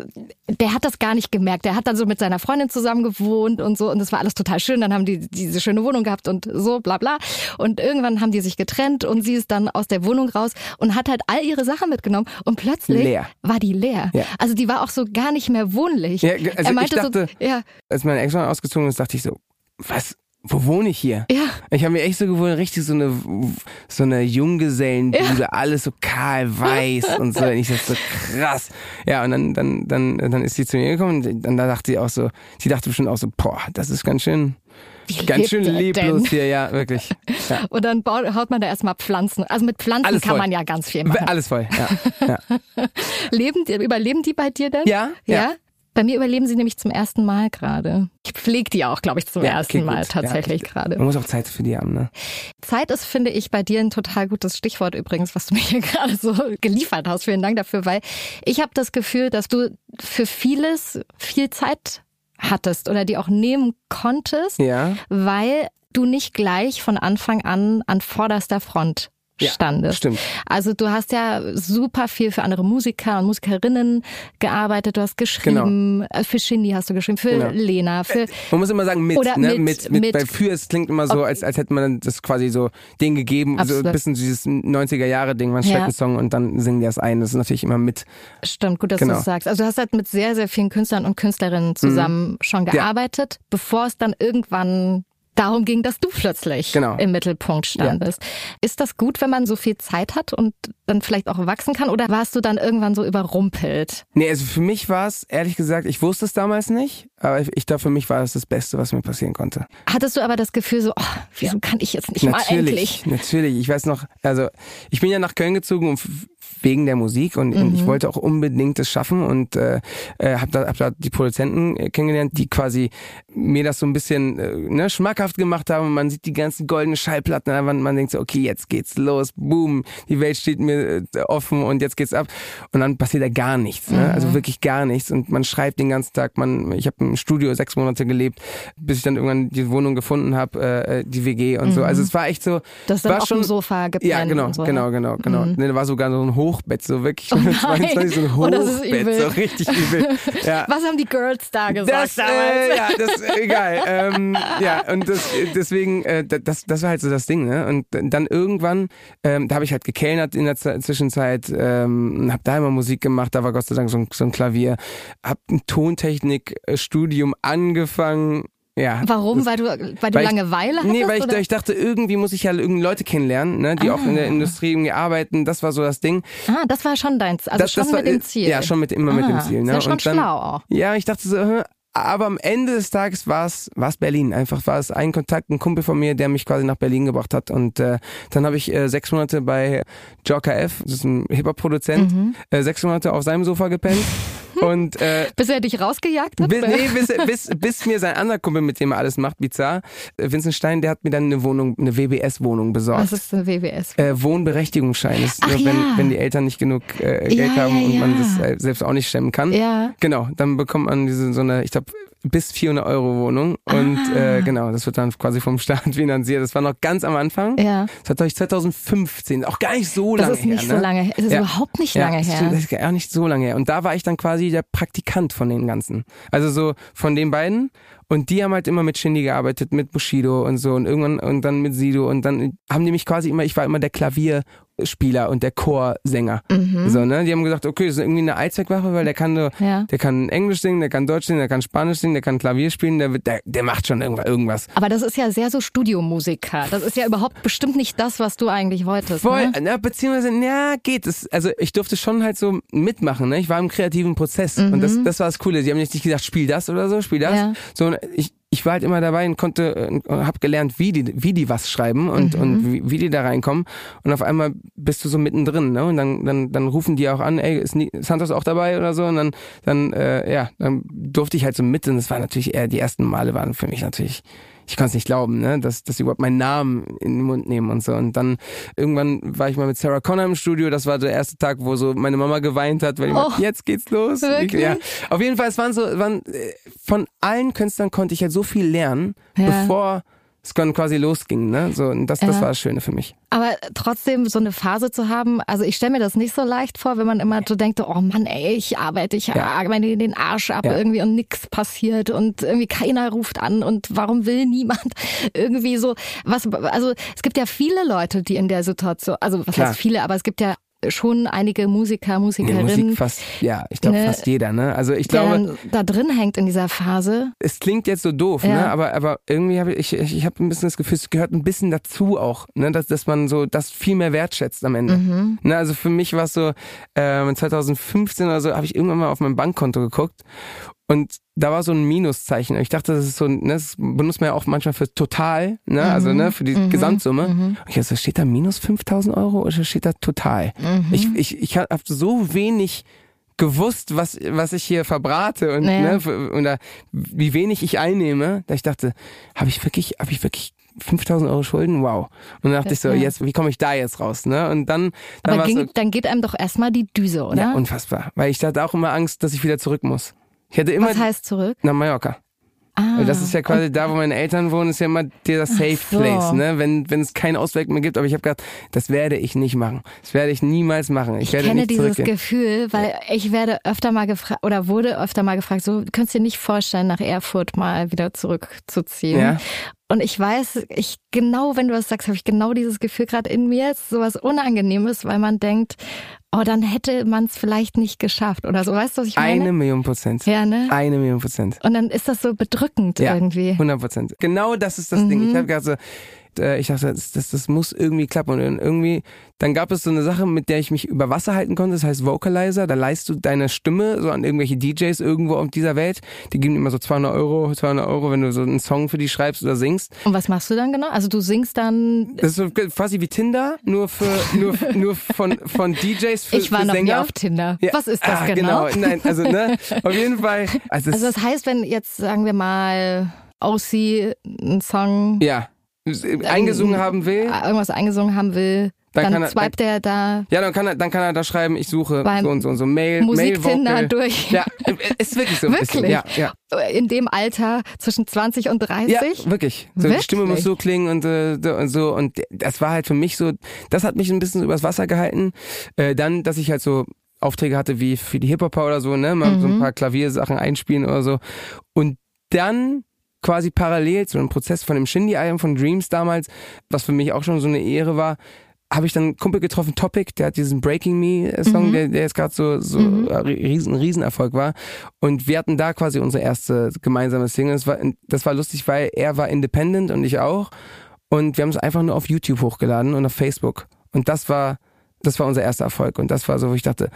der hat das gar nicht gemerkt. Der hat dann so mit seiner Freundin zusammen gewohnt und so und das war alles total schön. Dann haben die diese schöne Wohnung gehabt und so, bla bla. Und irgendwann haben die sich getrennt und sie ist dann aus der Wohnung raus und hat halt all ihre Sachen mitgenommen und plötzlich Leer. war die leer. Ja. Also die war auch so gar nicht mehr wohnlich. Ja, also er ich meinte dachte- so, ja, Als mein Ex-Mann ausgezogen ist, dachte ich so, was, wo wohne ich hier? ja. Ich habe mir echt so gewöhnt, richtig so eine, so eine Junggesellenbude, alles so kahl weiß und so. Und ich dachte so, krass. Ja, und dann, dann, dann, dann ist sie zu mir gekommen und dann dachte sie auch so, sie dachte bestimmt auch so, boah, das ist ganz schön, Wie ganz lebt schön er denn? leblos hier, ja, wirklich. Ja. Und dann baut, haut man da erstmal Pflanzen. Also mit Pflanzen Alles kann voll. man ja ganz viel machen. Alles voll, ja. Leben die, überleben die bei dir denn? Ja, ja. ja. Bei mir überleben sie nämlich zum ersten Mal gerade. Ich pflege die auch, glaube ich, zum Ja, ersten okay, Mal gut. tatsächlich Ja. Man gerade. muss auch Zeit für die haben, ne? Zeit ist, finde ich, bei dir ein total gutes Stichwort übrigens, was du mir hier gerade so geliefert hast. Vielen Dank dafür, weil ich habe das Gefühl, dass du für vieles viel Zeit hattest oder die auch nehmen konntest, Ja. weil du nicht gleich von Anfang an an vorderster Front Ja, standest. stimmt. Also du hast ja super viel für andere Musiker und Musikerinnen gearbeitet. Du hast geschrieben, äh, für Shindy hast du geschrieben, für Genau. Lena, für Man muss immer sagen mit, Oder ne? mit, mit, mit, mit. Weil für es klingt immer so, als, als hätte man das quasi so denen gegeben, so Absolut. ein bisschen dieses 90er-Jahre-Ding, man schreibt Ja. einen Song und dann singen die das ein. Das ist natürlich immer mit. stimmt, gut, dass du Genau. Mhm. das sagst. Also du hast halt mit sehr, sehr vielen Künstlern und Künstlerinnen zusammen schon gearbeitet, bevor es dann irgendwann darum ging, dass du plötzlich Genau. im Mittelpunkt standest. Ist das gut, wenn man so viel Zeit hat und dann vielleicht auch wachsen kann? Oder warst du dann irgendwann so überrumpelt? Nee, also für mich war es, ehrlich gesagt, ich wusste es damals nicht, aber ich, ich dachte, für mich war das das Beste, was mir passieren konnte. Hattest du aber das Gefühl so, oh, wieso kann ich jetzt nicht mal natürlich, endlich? natürlich. Ich weiß noch, also ich bin ja nach Köln gezogen um, wegen der Musik und, und ich wollte auch unbedingt das schaffen und äh, äh, habe da, hab da die Produzenten äh, kennengelernt, die quasi mir das so ein bisschen äh, ne, schmackhaft gemacht haben. Und man sieht die ganzen goldenen Schallplatten, an der Wand. man denkt so, okay, jetzt geht's los, boom, die Welt steht mir äh, offen und jetzt geht's ab. Und dann passiert da gar nichts, ne? also wirklich gar nichts. Und man schreibt den ganzen Tag. Man, ich habe im Studio sechs Monate gelebt, bis ich dann irgendwann die Wohnung gefunden habe, äh, die WG und so. Also es war echt so, Du hast dann war auf dem schon Sofa gepennt Ja, genau, und so, genau, ja? genau, genau. Nee, da war sogar so ein Hochbett, so wirklich. Oh nein. 22, so ein Oh, das ist Hochbett, übel. so richtig übel. Ja. Was haben die Girls da gesagt Das, damals? äh, ja, das, egal. ähm, ja, und das, deswegen, äh, das, das war halt so das Ding, ne? Und dann irgendwann, ähm, da habe ich halt gekellnert in der Z Zwischenzeit, ähm, habe da immer Musik gemacht, da war Gott sei Dank so ein, so ein Klavier, habe ein Tontechnik-Studium angefangen, ja. Warum? Weil du, weil du Weil ich- Langeweile hattest? Nee, weil ich, oder? ich dachte, irgendwie muss ich ja irgendwie Leute kennenlernen, ne, die auch in der Industrie irgendwie arbeiten. Das war so das Ding. ah, das war schon deins. Also das, schon das war, äh, mit dem Ziel. Ja, schon mit, immer mit dem Ah, Ziel. ist Ne? ja schon Und dann, schlau auch. Ja, ich dachte so, hm, aber am Ende des Tages war es war es Berlin. Einfach war es ein Kontakt, ein Kumpel von mir, der mich quasi nach Berlin gebracht hat. Und äh, dann habe ich äh, sechs Monate bei Joker F, das ist ein Hip-Hop-Produzent, Mhm. äh, sechs Monate auf seinem Sofa gepennt. Und äh, Bis er dich rausgejagt hat? bis, nee, bis, bis, bis mir sein anderer Kumpel, mit dem er alles macht, bizarr, äh, Vincent Stein, der hat mir dann eine Wohnung, eine WBS-Wohnung besorgt. Was ist ein WBS? Äh, Wohnberechtigungsschein ist, Ach nur wenn, ja. wenn die Eltern nicht genug äh, Geld Ja, haben ja, und man ja. das äh, selbst auch nicht stemmen kann. Ja. Genau, dann bekommt man diese so eine, ich glaube, bis 400 Euro Wohnung und Ah. äh, genau, das wird dann quasi vom Staat finanziert. Das war noch ganz am Anfang. Ja. Das war glaub ich 2015, auch gar nicht so Das lange ist nicht her. so ne? lange her. Es ist überhaupt nicht lange das her. stimmt, Das ist auch nicht so lange her. Und da war ich dann quasi der Praktikant von den ganzen. Also so von den beiden. Und die haben halt immer mit Shindy gearbeitet, mit Bushido und so und irgendwann und dann mit Sido und dann haben die mich quasi immer, ich war immer der Klavier Spieler und der Chorsänger. Mhm. So, ne? Die haben gesagt, okay, das ist irgendwie eine Allzweckwaffe, weil der kann so, Ja. der kann Englisch singen, der kann Deutsch singen, der kann Spanisch singen, der kann Klavier spielen, der, wird- der, der macht schon irgendwa- irgendwas. Aber das ist ja sehr so Studiomusiker. Das ist ja überhaupt bestimmt nicht das, was du eigentlich wolltest. Voll, Ne? na, beziehungsweise, na, geht es. Also ich durfte schon halt so mitmachen, ne? Ich war im kreativen Prozess und das, das war das Coole. Die haben nicht gesagt, spiel das oder so, spiel das. Mhm. Ja. Sondern ich, ich war halt immer dabei und konnte, äh, und hab gelernt, wie die, wie die was schreiben und, Mhm. und wie, wie die da reinkommen. Und auf einmal bist du so mittendrin, ne? Und dann, dann, dann rufen die auch an, ey, ist Ni- Santos auch dabei oder so? Und dann, dann, äh, ja, dann durfte ich halt so mit und das war natürlich eher, die ersten Male waren für mich natürlich ich konnte es nicht glauben, ne, dass, dass sie überhaupt meinen Namen in den Mund nehmen und so. Und dann irgendwann war ich mal mit Sarah Connor im Studio. Das war der erste Tag, wo so meine Mama geweint hat, weil ich Oh. meinte, jetzt geht's los. Wirklich? Ja. Auf jeden Fall, es waren so, waren, äh, von allen Künstlern konnte ich halt so viel lernen, Ja. bevor es dann quasi losging, ne? So, und das, das Ja. war das Schöne für mich. Aber trotzdem so eine Phase zu haben, also ich stelle mir das nicht so leicht vor, wenn man immer so denkt, oh Mann, ey, ich arbeite, ich arbeite den Arsch ab Ja. irgendwie und nix passiert und irgendwie keiner ruft an und warum will niemand irgendwie so was, also es gibt ja viele Leute, die in der Situation, also was Klar. heißt viele, aber es gibt ja schon einige Musiker, In der Musikerinnen, Musik fast, ja, ich glaube ne, fast jeder, ne? Also ich der glaube, dann da drin hängt in dieser Phase. es klingt jetzt so doof, Ja. ne? aber, aber irgendwie habe ich, ich, ich habe ein bisschen das Gefühl, es gehört ein bisschen dazu auch, ne? dass, dass man so das viel mehr wertschätzt am Ende. Mhm. Ne? Also für mich war es so, ähm, 2015 oder so habe ich irgendwann mal auf mein Bankkonto geguckt und da war so ein Minuszeichen. Ich dachte, das ist so, ein- ne, das benutzt man ja auch manchmal für total, ne? Mhm. also ne, für die Gesamtsumme. Und ich dachte, so, steht da minus 5000 Euro oder steht da total? Mhm. Ich, ich, ich habe so wenig gewusst, was, was ich hier verbrate und, Ja. ne, f- und da, wie wenig ich einnehme, da ich dachte, habe ich wirklich, habe ich wirklich 5000 Euro Schulden? Wow. Und dann dachte ich so, Ja. jetzt, wie komme ich da jetzt raus? Ne? Und dann, dann Aber war es ging, so, dann geht einem doch erstmal die Düse, oder? ja, unfassbar. Weil ich hatte auch immer Angst, dass ich wieder zurück muss. Ich hatte immer was heißt zurück? nach Mallorca. Ah, Weil das ist ja quasi da, wo meine Eltern wohnen, ist ja immer der Safe Place, so. ne? Wenn, wenn es keinen Ausweg mehr gibt. Aber ich habe gedacht, das werde ich nicht machen. Das werde ich niemals machen. Ich, Ich werde kenne nicht dieses zurückgehen. Gefühl, weil ich werde öfter mal gefragt oder wurde öfter mal gefragt, so du könntest dir nicht vorstellen, nach Erfurt mal wieder zurückzuziehen. Ja. Und ich weiß, ich genau, wenn du das sagst, habe ich genau dieses Gefühl gerade in mir, ist sowas Unangenehmes, weil man denkt, oh, dann hätte man es vielleicht nicht geschafft oder so. Weißt du, was ich meine? Eine Million Prozent. ja, ne? Eine Million Prozent. Und dann ist das so bedrückend irgendwie. Mhm. 100 Prozent. Genau das ist das Ding. Ich habe gerade so, äh, ich dachte, das, das, das muss irgendwie klappen. Und irgendwie, dann gab es so eine Sache, mit der ich mich über Wasser halten konnte. Das heißt Vocalizer. Da leihst du deine Stimme so an irgendwelche DJs irgendwo auf dieser Welt. Die geben dir immer so 200 Euro, 200 Euro, wenn du so einen Song für die schreibst oder singst. Und was machst du dann genau? Also du singst dann. Das ist so quasi wie Tinder, nur für, nur, nur von, von DJs für, ich war für noch nie Sänger. auf Tinder. Ja. Was ist das ah, genau? Nein, also ne, auf jeden Fall. Also, Also es, das heißt, wenn jetzt, sagen wir mal, Aussie einen Song, ähm, ja, äh, eingesungen haben will. irgendwas eingesungen haben will, Dann dann, kann er- swipet er da Ja, dann kann er, dann kann er da schreiben, ich suche Beim so und so und so Mail, Mail Musik-Tinder Vocal. durch. Ja, ist wirklich so. ein bisschen. Wirklich? Ja, ja. in dem Alter zwischen 20 und 30. Ja, wirklich. So, Die Wirklich? Stimme muss so klingen und, äh, so und so. Und das war halt für mich so, das hat mich ein bisschen so übers Wasser gehalten. Äh, dann, dass ich halt so Aufträge hatte wie für die Hip-Hopper oder so, ne? Mal so Mhm. ein paar Klaviersachen einspielen oder so. Und dann quasi parallel zu dem Prozess von dem Shindy-Album von Dreams damals, was für mich auch schon so eine Ehre war, habe ich dann einen Kumpel getroffen, Topic, der hat diesen Breaking Mhm. Me-Song, der, der jetzt gerade so, so ein riesen, Riesenerfolg war. Und wir hatten da quasi unsere erste gemeinsame Single. Das war, das war lustig, weil er war independent und ich auch. Und wir haben es einfach nur auf YouTube hochgeladen und auf Facebook. Und das war, das war unser erster Erfolg. Und das war so, wo ich dachte,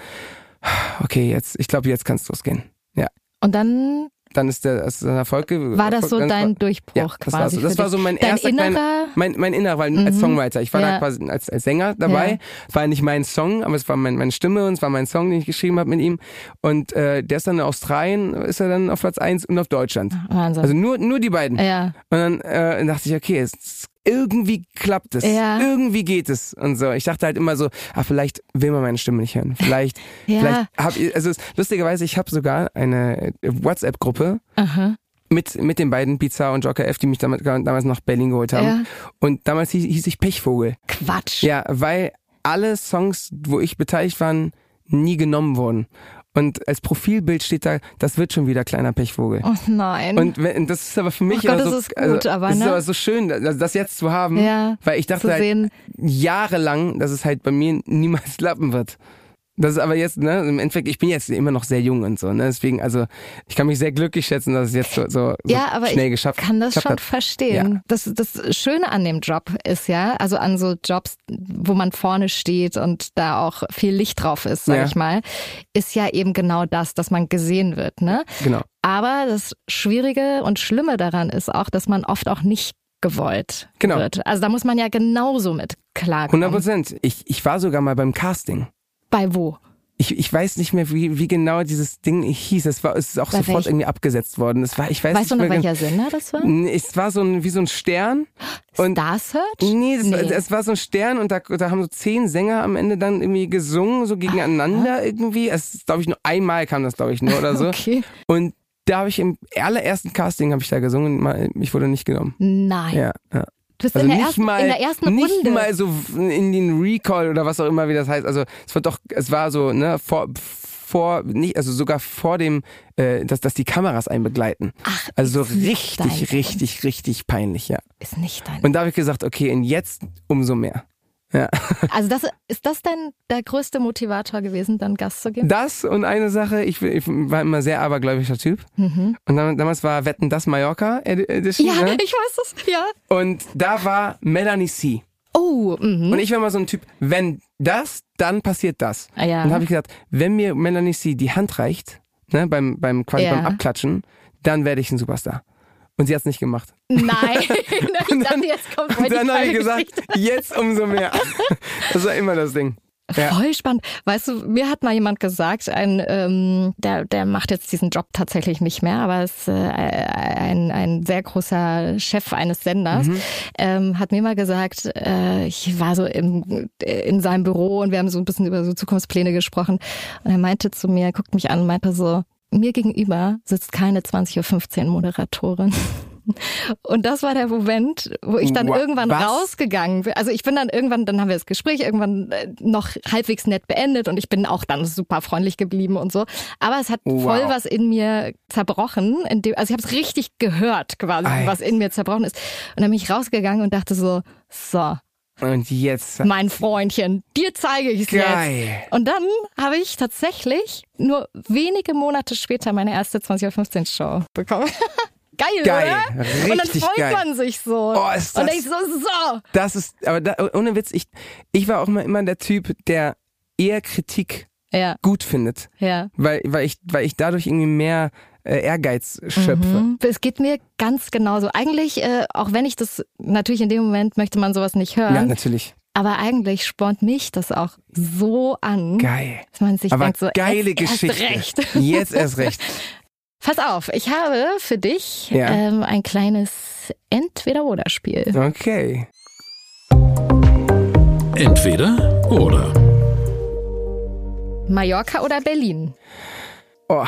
okay, jetzt, ich glaube, jetzt kannst losgehen. Ja. Und dann Dann ist der, ist ein Erfolg gewesen. war das so Dann- dein Durchbruch ja, das quasi. war so, das für war dich. so mein dein erster kleiner- innerer, Mhm. mein, mein Innerer, weil als Songwriter. Ich war da Ja. quasi als, als Sänger dabei. Ja. Es war nicht mein Song, aber es war mein, meine Stimme und es war mein Song, den ich geschrieben habe mit ihm. Und äh, der ist dann in Australien, ist er dann auf Platz eins und auf Deutschland. Wahnsinn. Also nur, nur die beiden. Ah. ja. Und dann äh, dachte ich, okay, es, irgendwie klappt es. Ja. Irgendwie geht es. Und so. Ich dachte halt immer so, ah, vielleicht will man meine Stimme nicht hören. Vielleicht, Ja. vielleicht hab ich, also es- lustigerweise, ich habe sogar eine WhatsApp-Gruppe Aha. mit, mit den beiden Pizza und Joker F, die mich damit, damals nach Berlin geholt haben. Ja. Und damals hieß, hieß ich Pechvogel. Quatsch. Ja, weil alle Songs, wo ich beteiligt war, nie genommen wurden. Und als Profilbild steht da, das wird schon wieder kleiner Pechvogel. Oh nein. Und wenn, das ist aber für mich Oh Gott, immer so, das ist gut, also, aber, es ist ne? aber so schön, das, das jetzt zu haben, Ja, weil ich dachte zu halt sehen. jahrelang, dass es halt bei mir niemals klappen wird. Das ist aber jetzt, ne, im Endeffekt, ich bin jetzt immer noch sehr jung und so, ne, deswegen, also ich kann mich sehr glücklich schätzen, dass es jetzt so, so, so ja, aber schnell ich geschafft kann das geklappt schon hat. verstehen. Das, das Schöne an dem Job ist ja, also an so Jobs, wo man vorne steht und da auch viel Licht drauf ist, sag Ja. ich mal, ist ja eben genau das, dass man gesehen wird. Ne? Genau. Aber das Schwierige und Schlimme daran ist auch, dass man oft auch nicht gewollt Genau. wird. Also da muss man ja genauso mit 100 klarkommen. Prozent. Ich, ich war sogar mal beim Casting. Bei wo? Ich, ich weiß nicht mehr, wie, wie genau dieses Ding hieß. Es war es ist auch Bei sofort welchem? irgendwie abgesetzt worden. Es war, ich weiß weißt du nicht noch, mehr gen- welcher Sender das war? Nee, Es war so ein, wie so ein Stern. Und Star Search? nee, das, Nee. es war so ein Stern und da, da haben so zehn Sänger am Ende dann irgendwie gesungen, so gegeneinander irgendwie. Es ist, glaube ich, nur einmal kam das, glaube ich, nur oder so. Okay. Und da habe ich im allerersten Casting habe ich da gesungen, mal- ich wurde nicht genommen. Nein. Ja, ja. Du bist Also in, der nicht ersten, mal, in der ersten nicht Runde. mal so in den Recall oder was auch immer, wie das heißt. Also es war doch, es war so, ne, vor, vor nicht, also sogar vor dem, äh, dass, dass die Kameras einen begleiten. Ach, also so nicht dein richtig, Ernst. richtig, richtig peinlich, ja. ist nicht dein. Und da habe ich gesagt, okay, und jetzt umso mehr. Ja. Also das, ist das dein der größte Motivator gewesen, dann Gast zu geben? Das und eine Sache, ich, ich war immer sehr abergläubischer Typ. Und dann, damals war Wetten das Mallorca Edi- Edition. Mhm. ja, Ne? ich weiß das. Ja. Und da war Melanie C. Oh, mhm. Und ich war mal so ein Typ, wenn das, dann passiert das. Ah, ja. Und habe ich gesagt, wenn mir Melanie C. die Hand reicht, ne, beim, beim, quasi Ja. beim Abklatschen, dann werde ich ein Superstar. Und sie hat es nicht gemacht. Nein. ich dachte, jetzt kommt voll Und die dann habe kleine ich gesagt, Geschichte. jetzt umso mehr. Das war immer das Ding. Ja. Voll spannend. Weißt du, mir hat mal jemand gesagt, ein, ähm, der, der macht jetzt diesen Job tatsächlich nicht mehr, aber ist äh, ein, ein sehr großer Chef eines Senders, Mhm. ähm, hat mir mal gesagt, äh, ich war so im, in seinem Büro und wir haben so ein bisschen über so Zukunftspläne gesprochen und er meinte zu mir, guckt mich an und meinte so, mir gegenüber sitzt keine 20.15 Uhr Moderatorin. Und das war der Moment, wo ich dann Wa- irgendwann was? raus gegangen bin. Also ich bin dann irgendwann, dann haben wir das Gespräch irgendwann äh, noch halbwegs nett beendet und ich bin auch dann super freundlich geblieben und so. Aber es hat Oh, Wow. voll was in mir zerbrochen. In dem, also ich habe es richtig gehört quasi, Ei. was in mir zerbrochen ist. Und dann bin ich rausgegangen und dachte so, so, Und jetzt. mein Freundchen, dir zeige ich es jetzt. Geil. Und dann habe ich tatsächlich nur wenige Monate später meine erste 20.15 Show bekommen. Geil, Geil. oder? Und dann Richtig freut geil. man sich so. Oh, ist und das- denkt so, so, Das ist, aber da, ohne Witz, ich, ich war auch mal immer der Typ, der eher Kritik Ja, gut findet. ja. Weil, weil, ich, weil ich dadurch irgendwie mehr äh, Ehrgeiz schöpfe. Es geht mir ganz genauso. Eigentlich, äh, auch wenn ich das natürlich in dem Moment möchte man sowas nicht Ja, hören, natürlich. aber eigentlich spornt mich das auch so an, Geil. dass man sich aber denkt so geile jetzt Geschichte. Erst recht. Jetzt erst recht. Pass auf, ich habe für dich Ja. ähm, ein kleines Entweder-Oder-Spiel. Okay. Entweder oder. Mallorca oder Berlin? Oh,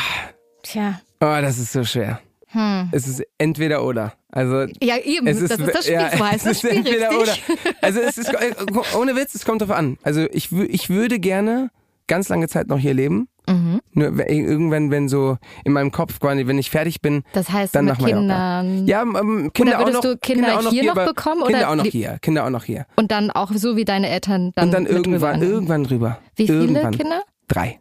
Tja. oh, das ist so schwer. Hm. Es ist entweder oder. Also Ja, eben. es ist, Mhm, das ist das Spiel, ja, so heißt es das ist Spiel, entweder richtig? oder. Also es ist äh, ohne Witz, es kommt drauf an. Also ich, wü- ich würde gerne ganz lange Zeit noch hier leben. Mhm. Nur wenn- irgendwann, wenn so in meinem Kopf, quasi, wenn ich fertig bin, Das heißt, dann mit nach Mallorca. Kindern Ja, ähm, Kinder auch würdest noch, du Kinder auch noch hier hier noch aber- bekommen Kinder oder auch noch die- hier, Kinder auch noch hier. und dann auch so wie deine Eltern dann, Und dann mit irgendwann, rüber. irgendwann rüber. Wie viele irgendwann. Kinder? Drei.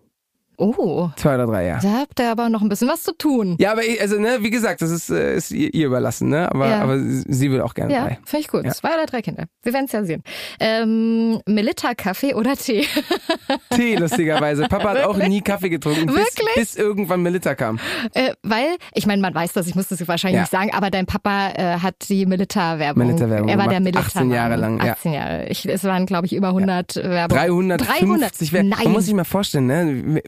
Oh, Zwei oder drei, ja. da habt ihr aber noch ein bisschen was zu tun. Ja, aber ich, also ne, wie gesagt, das ist, äh, ist ihr ihr überlassen, ne? Aber, Ja. aber sie sie will auch gerne Ja, drei. finde ich gut. Ja. Zwei oder drei Kinder. Wir werden es ja sehen. Ähm, Melitta, Kaffee oder Tee? Tee, lustigerweise. Papa hat auch nie Kaffee getrunken, bis, Wirklich? bis irgendwann Melitta kam. äh, weil, ich meine, man weiß das, ich muss das wahrscheinlich Ja. nicht sagen, aber dein Papa äh, hat die Melitta-Werbung. Melitta-Werbung Er war der gemacht, Melitta. 18 Jahre lang, ja. 18 Jahre. Ich, es waren, glaube ich, über 100 Werbungen. 350 300? Werk. Man Nein. muss sich mal vorstellen, ne?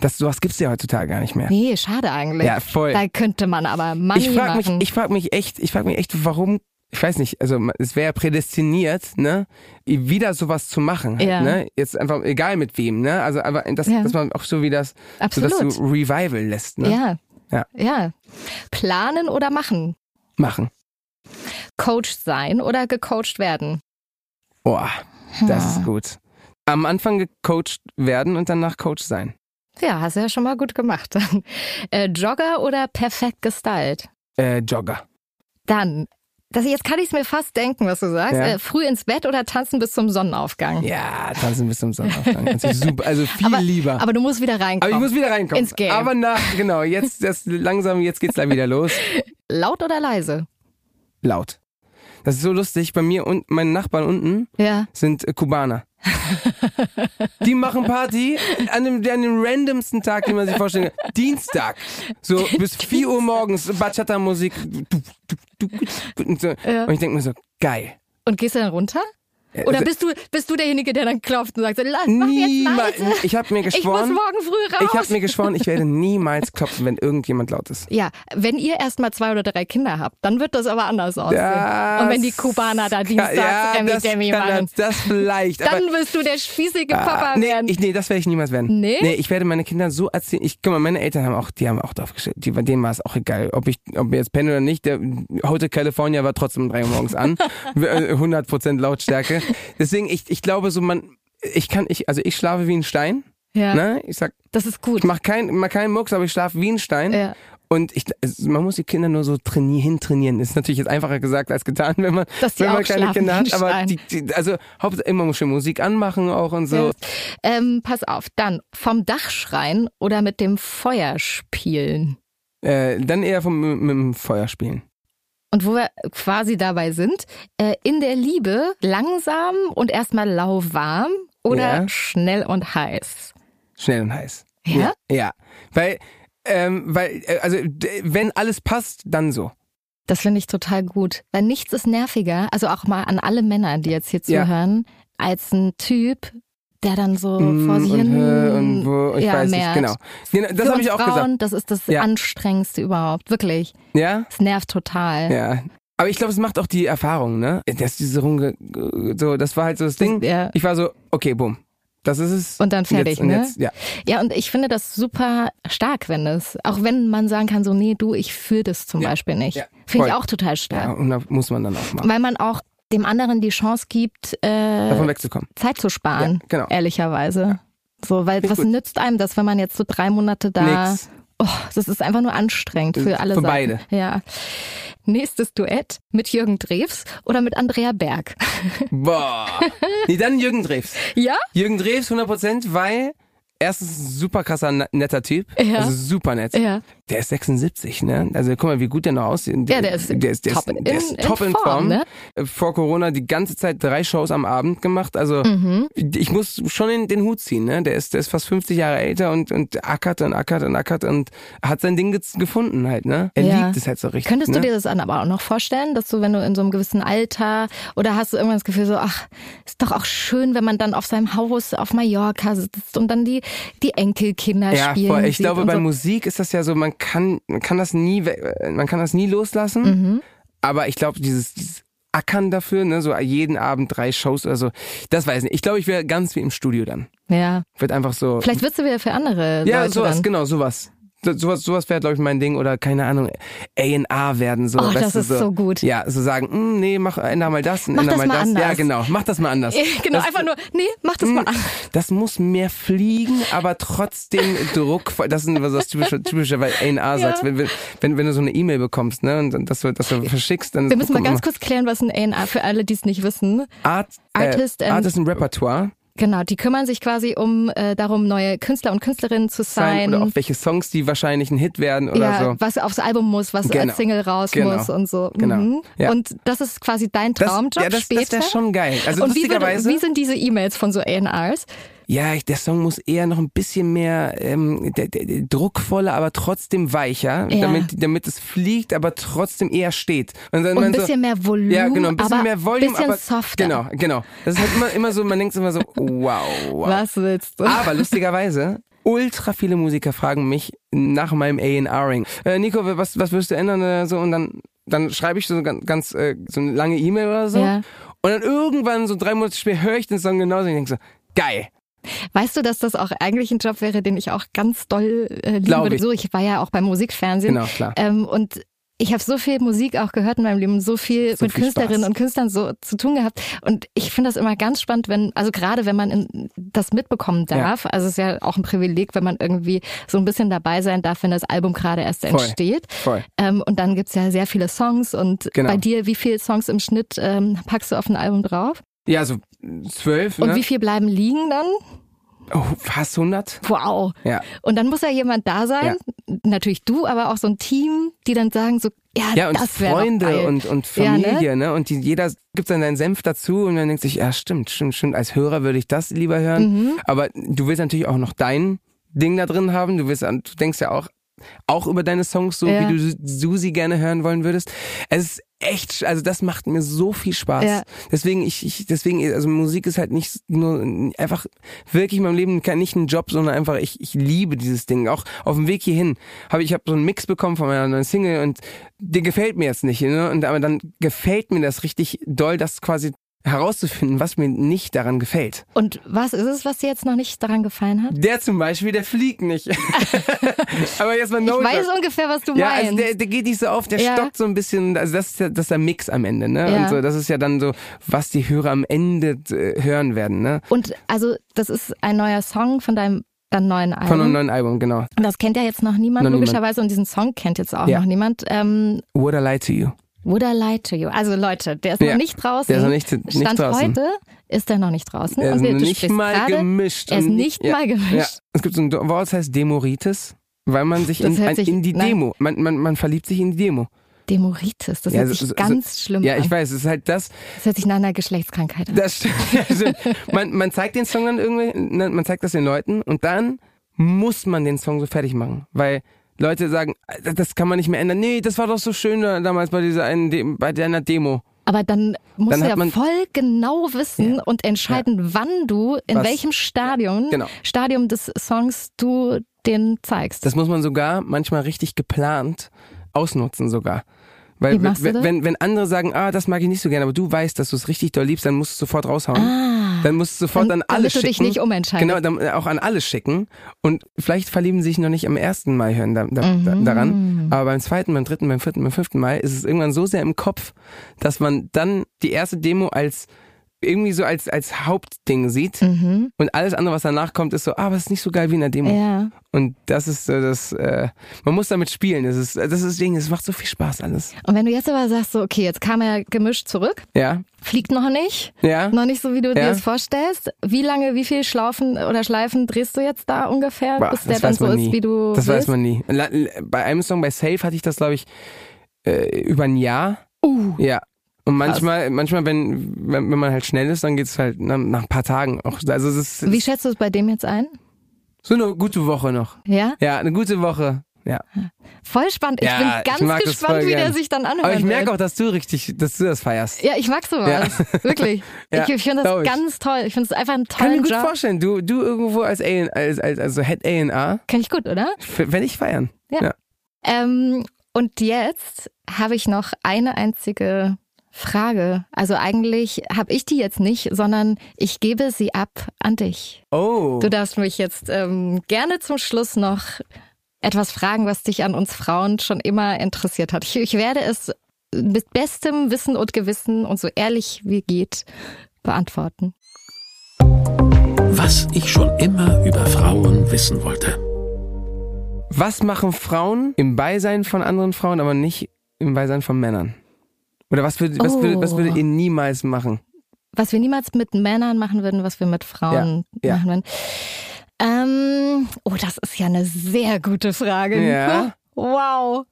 Das, sowas gibt's ja heutzutage gar nicht mehr. nee, schade eigentlich. Ja, voll. Da könnte man aber Money Ich frage mich, machen. ich frag mich echt, ich frage mich echt, warum, ich weiß nicht, also es wäre ja prädestiniert, ne, wieder sowas zu machen, halt, Ja. ne? Jetzt einfach, egal mit wem, ne? Also aber das, Ja. dass man auch so wie das, so dass Absolut. du Revival lässt, ne? ja. Ja. ja. Planen oder machen? Machen. Coach sein oder gecoacht werden? Boah, das ist gut. Am Anfang gecoacht werden und danach Coach sein. Ja, hast du ja schon mal gut gemacht. Dann. Äh, Jogger oder perfekt gestylt? Äh, Jogger. Dann, das, jetzt kann ich es mir fast denken, was du sagst. Ja. Äh, früh ins Bett oder tanzen bis zum Sonnenaufgang? Ja, tanzen bis zum Sonnenaufgang. Kannst du super, also viel aber, lieber. Aber du musst wieder reinkommen. Aber ich muss wieder reinkommen. Ins Game. Aber nach, genau, jetzt das langsam, jetzt geht's da wieder los. Laut oder leise? Laut. Das ist so lustig. Bei mir und meinen Nachbarn unten Ja. sind äh, Kubaner. Die machen Party an dem, an dem randomsten Tag, den man sich vorstellen kann. Dienstag. So bis 4 Uhr morgens, Bachata-Musik. Und, so. Ja. und ich denke mir so, geil. Und gehst du dann runter? Äh, also Oder bist du, bist du derjenige, der dann klopft und sagt, "La- mach jetzt Niemals. leise. Ich habe mir Ich muss geschworen, morgen früh raus. ich habe mir geschworen, ich werde niemals klopfen, wenn irgendjemand laut ist. ja, wenn ihr erst mal zwei oder drei Kinder habt, dann wird das aber anders aussehen. Das und wenn die Kubaner da kann- Dienstags ja, Remi das Demi kann machen, Das, das vielleicht. dann aber, wirst du der spießige Papa Ah, nee, werden. Ich, nee, das werde ich niemals werden. Nee? ich werde meine Kinder so erziehen. Ich, guck mal, meine Eltern haben auch, die haben auch drauf gestellt. Die, bei denen war es auch egal, ob ich, ob wir jetzt pennen oder nicht. Der Hotel California war trotzdem um drei Uhr morgens an. Wir- äh, 100% Lautstärke. Deswegen, ich, ich glaube so, man, ich kann, ich, also ich schlafe wie ein Stein. ja, Ne? Ich sag, das ist gut. ich mach keinen, mach keinen Mucks, aber ich schlafe wie ein Stein. Ja. Und ich, also man muss die Kinder nur so trainieren, hintrainieren. Ist natürlich jetzt einfacher gesagt als getan, wenn man, Dass die wenn man auch kleine schlafen Kinder hat. Aber schreien. die, die, also Hauptsache immer schön Musik anmachen auch und so. Ja. Ähm, pass auf, dann vom Dach schreien oder mit dem Feuer spielen. Äh, dann eher vom, mit dem Feuer spielen. Und wo wir quasi dabei sind, äh, in der Liebe langsam und erstmal lauwarm oder Ja. schnell und heiß. Schnell und heiß. Ja? Ja. ja. Weil, ähm, weil, äh, also d- wenn alles passt, dann so. Das finde ich total gut, weil nichts ist nerviger, also auch mal an alle Männer, die jetzt hier Ja. zuhören, als ein Typ, der dann so Mm, vor sich und, hin äh, und wo, ich ja, weiß nicht, merkt. genau. genau das Für habe uns ich auch Frauen, gesagt. das ist das Ja. anstrengendste überhaupt, wirklich. Ja? Es nervt total. Ja. Aber ich glaube, es macht auch die Erfahrung, ne? Dass diese Runge, so, das war halt so das Ding. Ja. Ich war so, okay, bumm. Das ist es. Und dann fertig, jetzt, und ne? Jetzt, ja. Ja, und ich finde das super stark, wenn es, auch wenn man sagen kann, so, nee, du, ich fühle das zum Ja. Beispiel nicht. Ja. Finde ich Voll. auch total stark. ja. Und da muss man dann auch machen. Weil man auch dem anderen die Chance gibt, Davon äh, wegzukommen. Zeit zu sparen, Ja, genau. ehrlicherweise. So, weil Finde ich was gut. nützt einem das, wenn man jetzt so drei Monate da. Nix. Oh, das ist einfach nur anstrengend für alle Für Seiten. beide. Ja. Nächstes Duett mit Jürgen Drews oder mit Andrea Berg. Boah. nee, dann Jürgen Drews. ja? Jürgen Drews 100%, weil erstens ein super krasser, ne- netter Typ. Ja. Also super nett. Ja. Der ist 76, ne? Also guck mal, wie gut der noch aussieht. Ja, der ist der ist, der top ist, in- der ist in top in Form, Form. ne? Äh, Vor Corona die ganze Zeit drei Shows am Abend gemacht. Also Mhm. ich muss schon den, den Hut ziehen, ne? Der ist, der ist fast 50 Jahre älter und, und ackert und ackert und ackert und hat sein Ding gez- gefunden halt, ne? Er Ja. liebt es halt so richtig. Könntest ne? du dir das dann aber auch noch vorstellen, dass du, wenn du in so einem gewissen Alter oder hast du irgendwann das Gefühl so, ach, ist doch auch schön, wenn man dann auf seinem Haus auf Mallorca sitzt und dann die, die Enkelkinder ja, spielen. voll. Ich sieht glaube, und bei so. Musik ist das ja so, man kann, man kann das nie, we- äh, man kann das nie loslassen. Mhm. Aber ich glaube, dieses, dieses Ackern dafür, ne, so jeden Abend drei Shows oder so, das weiß ich nicht. Ich glaube, ich wäre ganz wie im Studio dann. Ja. Wird einfach so. Vielleicht wirst du wieder für andere ja, Leute sowas, dann. genau, sowas. So- Sowas, sowas wäre, glaube ich, mein Ding oder keine Ahnung, A&R werden so. Oh, weißt das du, ist so gut. Ja, so sagen, "Hm, nee, mach, änder mal das, Mach änder das mal mal das. Ja, anders. genau, mach das mal anders. Genau, das, Hm. einfach nur, nee, mach das mal an. das muss mehr fliegen, aber trotzdem Druck. Das ist was das typische, typische weil A&R sagst, wenn, wenn, wenn, wenn du so eine E-Mail bekommst, ne, und, und das, du- das du verschickst, dann Wir müssen mal kommt ganz immer kurz klären, was ein A&R für alle, die es nicht wissen. Art, äh, Artist and- Artist and Repertoire Genau, die kümmern sich quasi um äh, darum, neue Künstler und Künstlerinnen zu sein sein. oder auch welche Songs, die wahrscheinlich ein Hit werden oder ja, so. was aufs Album muss, was Genau. als Single raus Genau. muss und so. Genau. Mhm. Ja. Und das ist quasi dein Das- Traumjob ja, das- das wär später. schon geil. Also und wie, würde, lustigerweise- wie sind diese E-Mails von so A&Rs? Ja, ich, der Song muss eher noch ein bisschen mehr ähm, der, der, der druckvoller, aber trotzdem weicher, Ja. damit, damit es fliegt, aber trotzdem eher steht. Und dann Und ein man so- bisschen mehr Volumen, Ja, genau, ein bisschen aber mehr Volume, bisschen aber softer. Genau, genau. Das ist halt immer, immer so, man denkt immer so, wow, wow. Ah, Was willst du? Aber lustigerweise, ultra viele Musiker fragen mich nach meinem A&R-Ring. Äh, Nico, was, was wirst du ändern? Äh, So, und dann, dann schreibe ich so ganz, ganz äh, so eine lange E-Mail oder so. Ja. Und dann irgendwann, so drei Monate später, höre ich den Song genauso und ich denke so, geil. Weißt du, dass das auch eigentlich ein Job wäre, den ich auch ganz doll äh, lieben Glaub würde? ich. So, ich war ja auch beim Musikfernsehen. Genau, klar. Ähm, und ich habe so viel Musik auch gehört in meinem Leben, so viel So mit viel Künstlerinnen Spaß. und Künstlern so zu tun gehabt. Und ich finde das immer ganz spannend, wenn, also gerade wenn man in, das mitbekommen darf, also es ist ja auch ein Privileg, wenn man irgendwie so ein bisschen dabei sein darf, wenn das Album gerade erst Voll. entsteht. Voll. Ähm, und dann gibt's ja sehr viele Songs und Genau. bei dir, wie viele Songs im Schnitt ähm, packst du auf ein Album drauf? Ja, so zwölf, Und ne? wie viel bleiben liegen dann? Oh, fast 100? Wow. Ja. Und dann muss ja jemand da sein, natürlich du, aber auch so ein Team, die dann sagen so, ja, Ja, und Ah, das wäre Freunde geil. und, und Ja, ne? Familie, ne? Und die, jeder gibt dann deinen Senf dazu und dann denkt sich, ja, stimmt, stimmt, stimmt. Als Hörer würde ich das lieber hören. Mhm. Aber du willst natürlich auch noch dein Ding da drin haben. Du willst, an- du denkst ja auch, auch über deine Songs, so Ja. wie du Su- Susi gerne hören wollen würdest. Es ist echt, sch- also das macht mir so viel Spaß. Ja. Deswegen, ich, ich, deswegen, also Musik ist halt nicht nur einfach wirklich in meinem Leben kein- nicht ein Job, sondern einfach, ich, ich liebe dieses Ding. Auch auf dem Weg hierhin habe ich habe so einen Mix bekommen von meiner neuen Single und der gefällt mir jetzt nicht. Ne? Und aber dann gefällt mir das richtig doll, das quasi herauszufinden, was mir nicht daran gefällt. Und was ist es, was dir jetzt noch nicht daran gefallen hat? Der zum Beispiel, der fliegt nicht. aber jetzt mal no ich weiß joke. ungefähr, was du Ja, meinst. also der, der geht nicht so auf, der Ja. stockt so ein bisschen, also das ist, ja, das ist der Mix am Ende, ne? Ja. Und so, das ist ja dann so, was die Hörer am Ende äh, hören werden, ne? und also das ist ein neuer Song von deinem dann neuen Album. Von einem neuen Album, genau. Und das kennt ja jetzt noch niemand, Noch niemand. logischerweise. Und diesen Song kennt jetzt auch Ja. noch niemand. Ähm, Would I lie to you? Would I lie to you? Also Leute, der ist Ja. noch nicht draußen. Der ist noch nicht- nicht Stand draußen. heute ist er noch nicht draußen. Er Und ist wir- du nicht sprichst mal gerade, gemischt. Er ist Und- nicht ja, mal gemischt. Ja. Es gibt so ein Wort, das heißt Demoritis, weil man sich Das in, hört ein, sich- in die nein. Demo, man, man, man verliebt sich in die Demo. Demoritis, das hört so- sich so- ganz schlimm Ja, ich an. weiß, es ist halt das, Das hört sich nach einer Geschlechtskrankheit an. Das stimmt. Ja, stimmt. Man, man zeigt den Song dann irgendwie, ne, man zeigt das den Leuten und dann muss man den Song so fertig machen, weil Leute sagen, "Das- das kann man nicht mehr ändern. Nee, das war doch so schön da- damals bei dieser einen, Dem- bei deiner Demo. Aber dann musst Dann du hat ja man- voll genau wissen und entscheiden, wann du, in Was- welchem Stadium, Genau. Stadium des Songs du den zeigst. Das muss man sogar manchmal richtig geplant ausnutzen sogar. Wie Weil machst du wenn, das? wenn, wenn andere sagen, ah, das mag ich nicht so gerne, aber du weißt, dass du es richtig doll liebst, dann musst du es sofort raushauen. Dann musst du sofort Ah. Dann- an alle damit du schicken. dich nicht umentscheidest. Genau, dann auch an alle schicken. Und vielleicht verlieben sie sich noch nicht am ersten Mal hören da, da, da, Mhm. daran. Aber beim zweiten, beim dritten, beim vierten, beim fünften Mal ist es irgendwann so sehr im Kopf, dass man dann die erste Demo als irgendwie so als, als Hauptding sieht. Und alles andere, was danach kommt, ist so, ah, aber es ist nicht so geil wie in der Demo. Mhm. ja. Und das ist so das, äh, man muss damit spielen. Das ist, das ist deswegen, es macht so viel Spaß alles. Und wenn du jetzt aber sagst, so, okay, jetzt kam er gemischt zurück, Ja, fliegt noch nicht, ja. noch nicht so, wie du dir Ja. das vorstellst. Wie lange, wie viel Schlaufen oder Schleifen drehst du jetzt da ungefähr, Boah, bis der das dann weiß so man ist, nie. wie du Das weiß willst? man nie. La- l- Bei einem Song bei Safe hatte ich das, glaube ich, äh, über ein Jahr. Uh. Ja. Und manchmal, manchmal, wenn, wenn, wenn man halt schnell ist, dann geht's halt na, nach ein paar Tagen auch. Also es ist Wie schätzt du es bei dem jetzt ein? so eine gute Woche noch. Ja? Ja, eine gute Woche. Ja. Voll spannend. Ich Ja, ich bin ganz mag das gespannt, voll wie der gern. sich dann anhört. Aber ich merke wird. auch, dass du richtig, dass du das feierst. Ja, ich mag sowas. Wirklich. Ja, ich ich finde das glaub ich. ganz toll. Ich finde es einfach einen Kann mir tollen gut Job. vorstellen. Du, du irgendwo als, A, als, als also Head A&R, Kann ich gut, oder? wenn ich feiern. Ja. Ähm, und jetzt habe ich noch eine einzige Frage. Also eigentlich habe ich die jetzt nicht, sondern ich gebe sie ab an dich. Oh. Du darfst mich jetzt ähm, gerne zum Schluss noch etwas fragen, was dich an uns Frauen schon immer interessiert hat. Ich, ich werde es mit bestem Wissen und Gewissen und so ehrlich wie geht beantworten. Was ich schon immer über Frauen wissen wollte. Was machen Frauen im Beisein von anderen Frauen, aber nicht im Beisein von Männern? Oder was, würd, was, Oh. würd, was würdet ihr niemals machen? was wir niemals mit Männern machen würden, was wir mit Frauen Ja, ja. machen würden. Ähm, oh, das ist ja eine sehr gute Frage. Nico. Ja. Wow.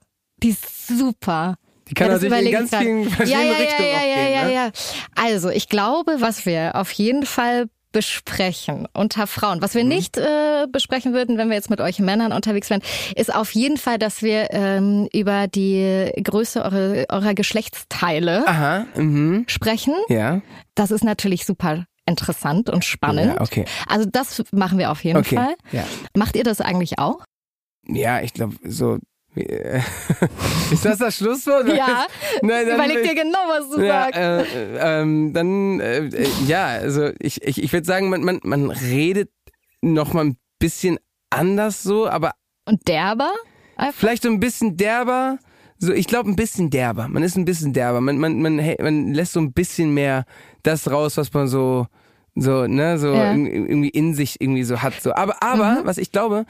Die ist super. Die kann ja, das natürlich in überlege ganz ich gerade. vielen ja, verschiedenen ja, ja, Richtungen ja, auch gehen. ja, ne? ja, ja. Also, ich glaube, was wir auf jeden Fall besprechen unter Frauen, was wir Mhm. nicht äh, besprechen würden, wenn wir jetzt mit euch Männern unterwegs wären, ist auf jeden Fall, dass wir ähm, über die Größe eure, eurer Geschlechtsteile Aha, mhm. sprechen. Ja. Das ist natürlich super interessant und spannend. Ja, okay. Also das machen wir auf jeden Okay, Fall. ja. Macht ihr das eigentlich auch? Ja, ich glaube, so. äh, Ist das das Schlusswort? Ja. Nein, dann- Überleg dir genau, was du äh. Ja, sagst. äh, äh, ähm, dann, äh, äh, ja, also ich, ich, ich würde sagen, man, man, man redet noch mal ein bisschen anders so, aber Und derber? Einfach? vielleicht so ein bisschen derber, so, ich glaube, ein bisschen derber. Man ist ein bisschen derber. Man, man, man, hä- man lässt so ein bisschen mehr das raus, was man so, so, ne, so Ja. Mhm. in- irgendwie in sich irgendwie so hat. So. Aber, aber, was ich glaube,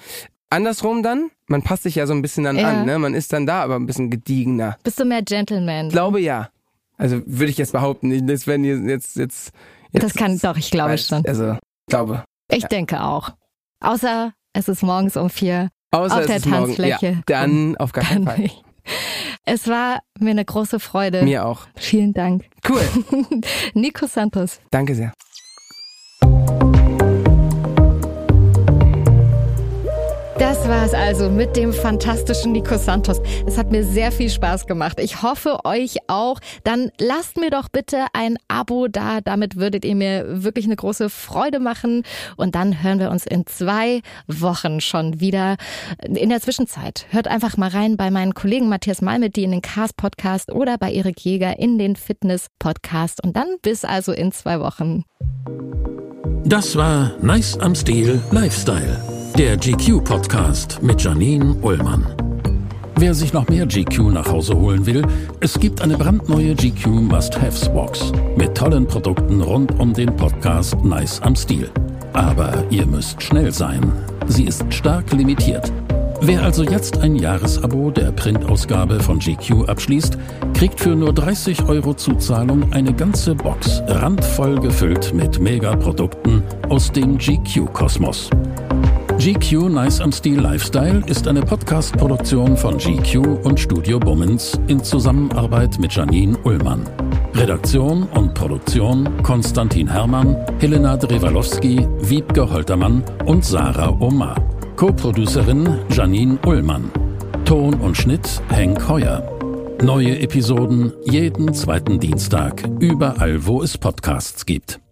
andersrum dann, man passt sich ja so ein bisschen dann Ja. an, ne? Man ist dann da, aber ein bisschen gediegener. Bist du mehr Gentleman? Ich glaube ja. Also würde ich jetzt behaupten, das werden hier jetzt, jetzt, jetzt. das kann doch, ich glaube schon. Also, ich glaube. Ich Ja. denke auch. Außer es ist morgens um vier. Außer Auf es der ist morgen. Ja, Tanzfläche. dann auf gar keinen Dann Fall. nicht. Es war mir eine große Freude. Mir auch. Vielen Dank. Cool. Nico Santos. Danke sehr. Das war es also mit dem fantastischen Nico Santos. Es hat mir sehr viel Spaß gemacht. Ich hoffe euch auch. Dann lasst mir doch bitte ein Abo da. Damit würdet ihr mir wirklich eine große Freude machen. Und dann hören wir uns in zwei Wochen schon wieder. In der Zwischenzeit hört einfach mal rein bei meinen Kollegen Matthias Malmet, die in den Cars Podcast oder bei Erik Jäger in den Fitness Podcast. Und dann bis also in zwei Wochen. Das war Nice am Stil Lifestyle, der GQ-Podcast mit Janine Ullmann. Wer sich noch mehr GQ nach Hause holen will, es gibt eine brandneue GQ Must-Haves-Box mit tollen Produkten rund um den Podcast Nice am Stil. Aber ihr müsst schnell sein. Sie ist stark limitiert. Wer also jetzt ein Jahresabo der Printausgabe von GQ abschließt, kriegt für nur 30 Euro Zuzahlung eine ganze Box randvoll gefüllt mit Megaprodukten aus dem GQ-Kosmos. GQ Nice am Stil Lifestyle ist eine Podcast-Produktion von GQ und Studio Bummens in Zusammenarbeit mit Janine Ullmann. Redaktion und Produktion Konstantin Hermann, Helena Drewalowski, Wiebke Holtermann und Sarah Omar. Co-Producerin Janine Ullmann. Ton und Schnitt Henk Heuer. Neue Episoden jeden zweiten Dienstag, überall wo es Podcasts gibt.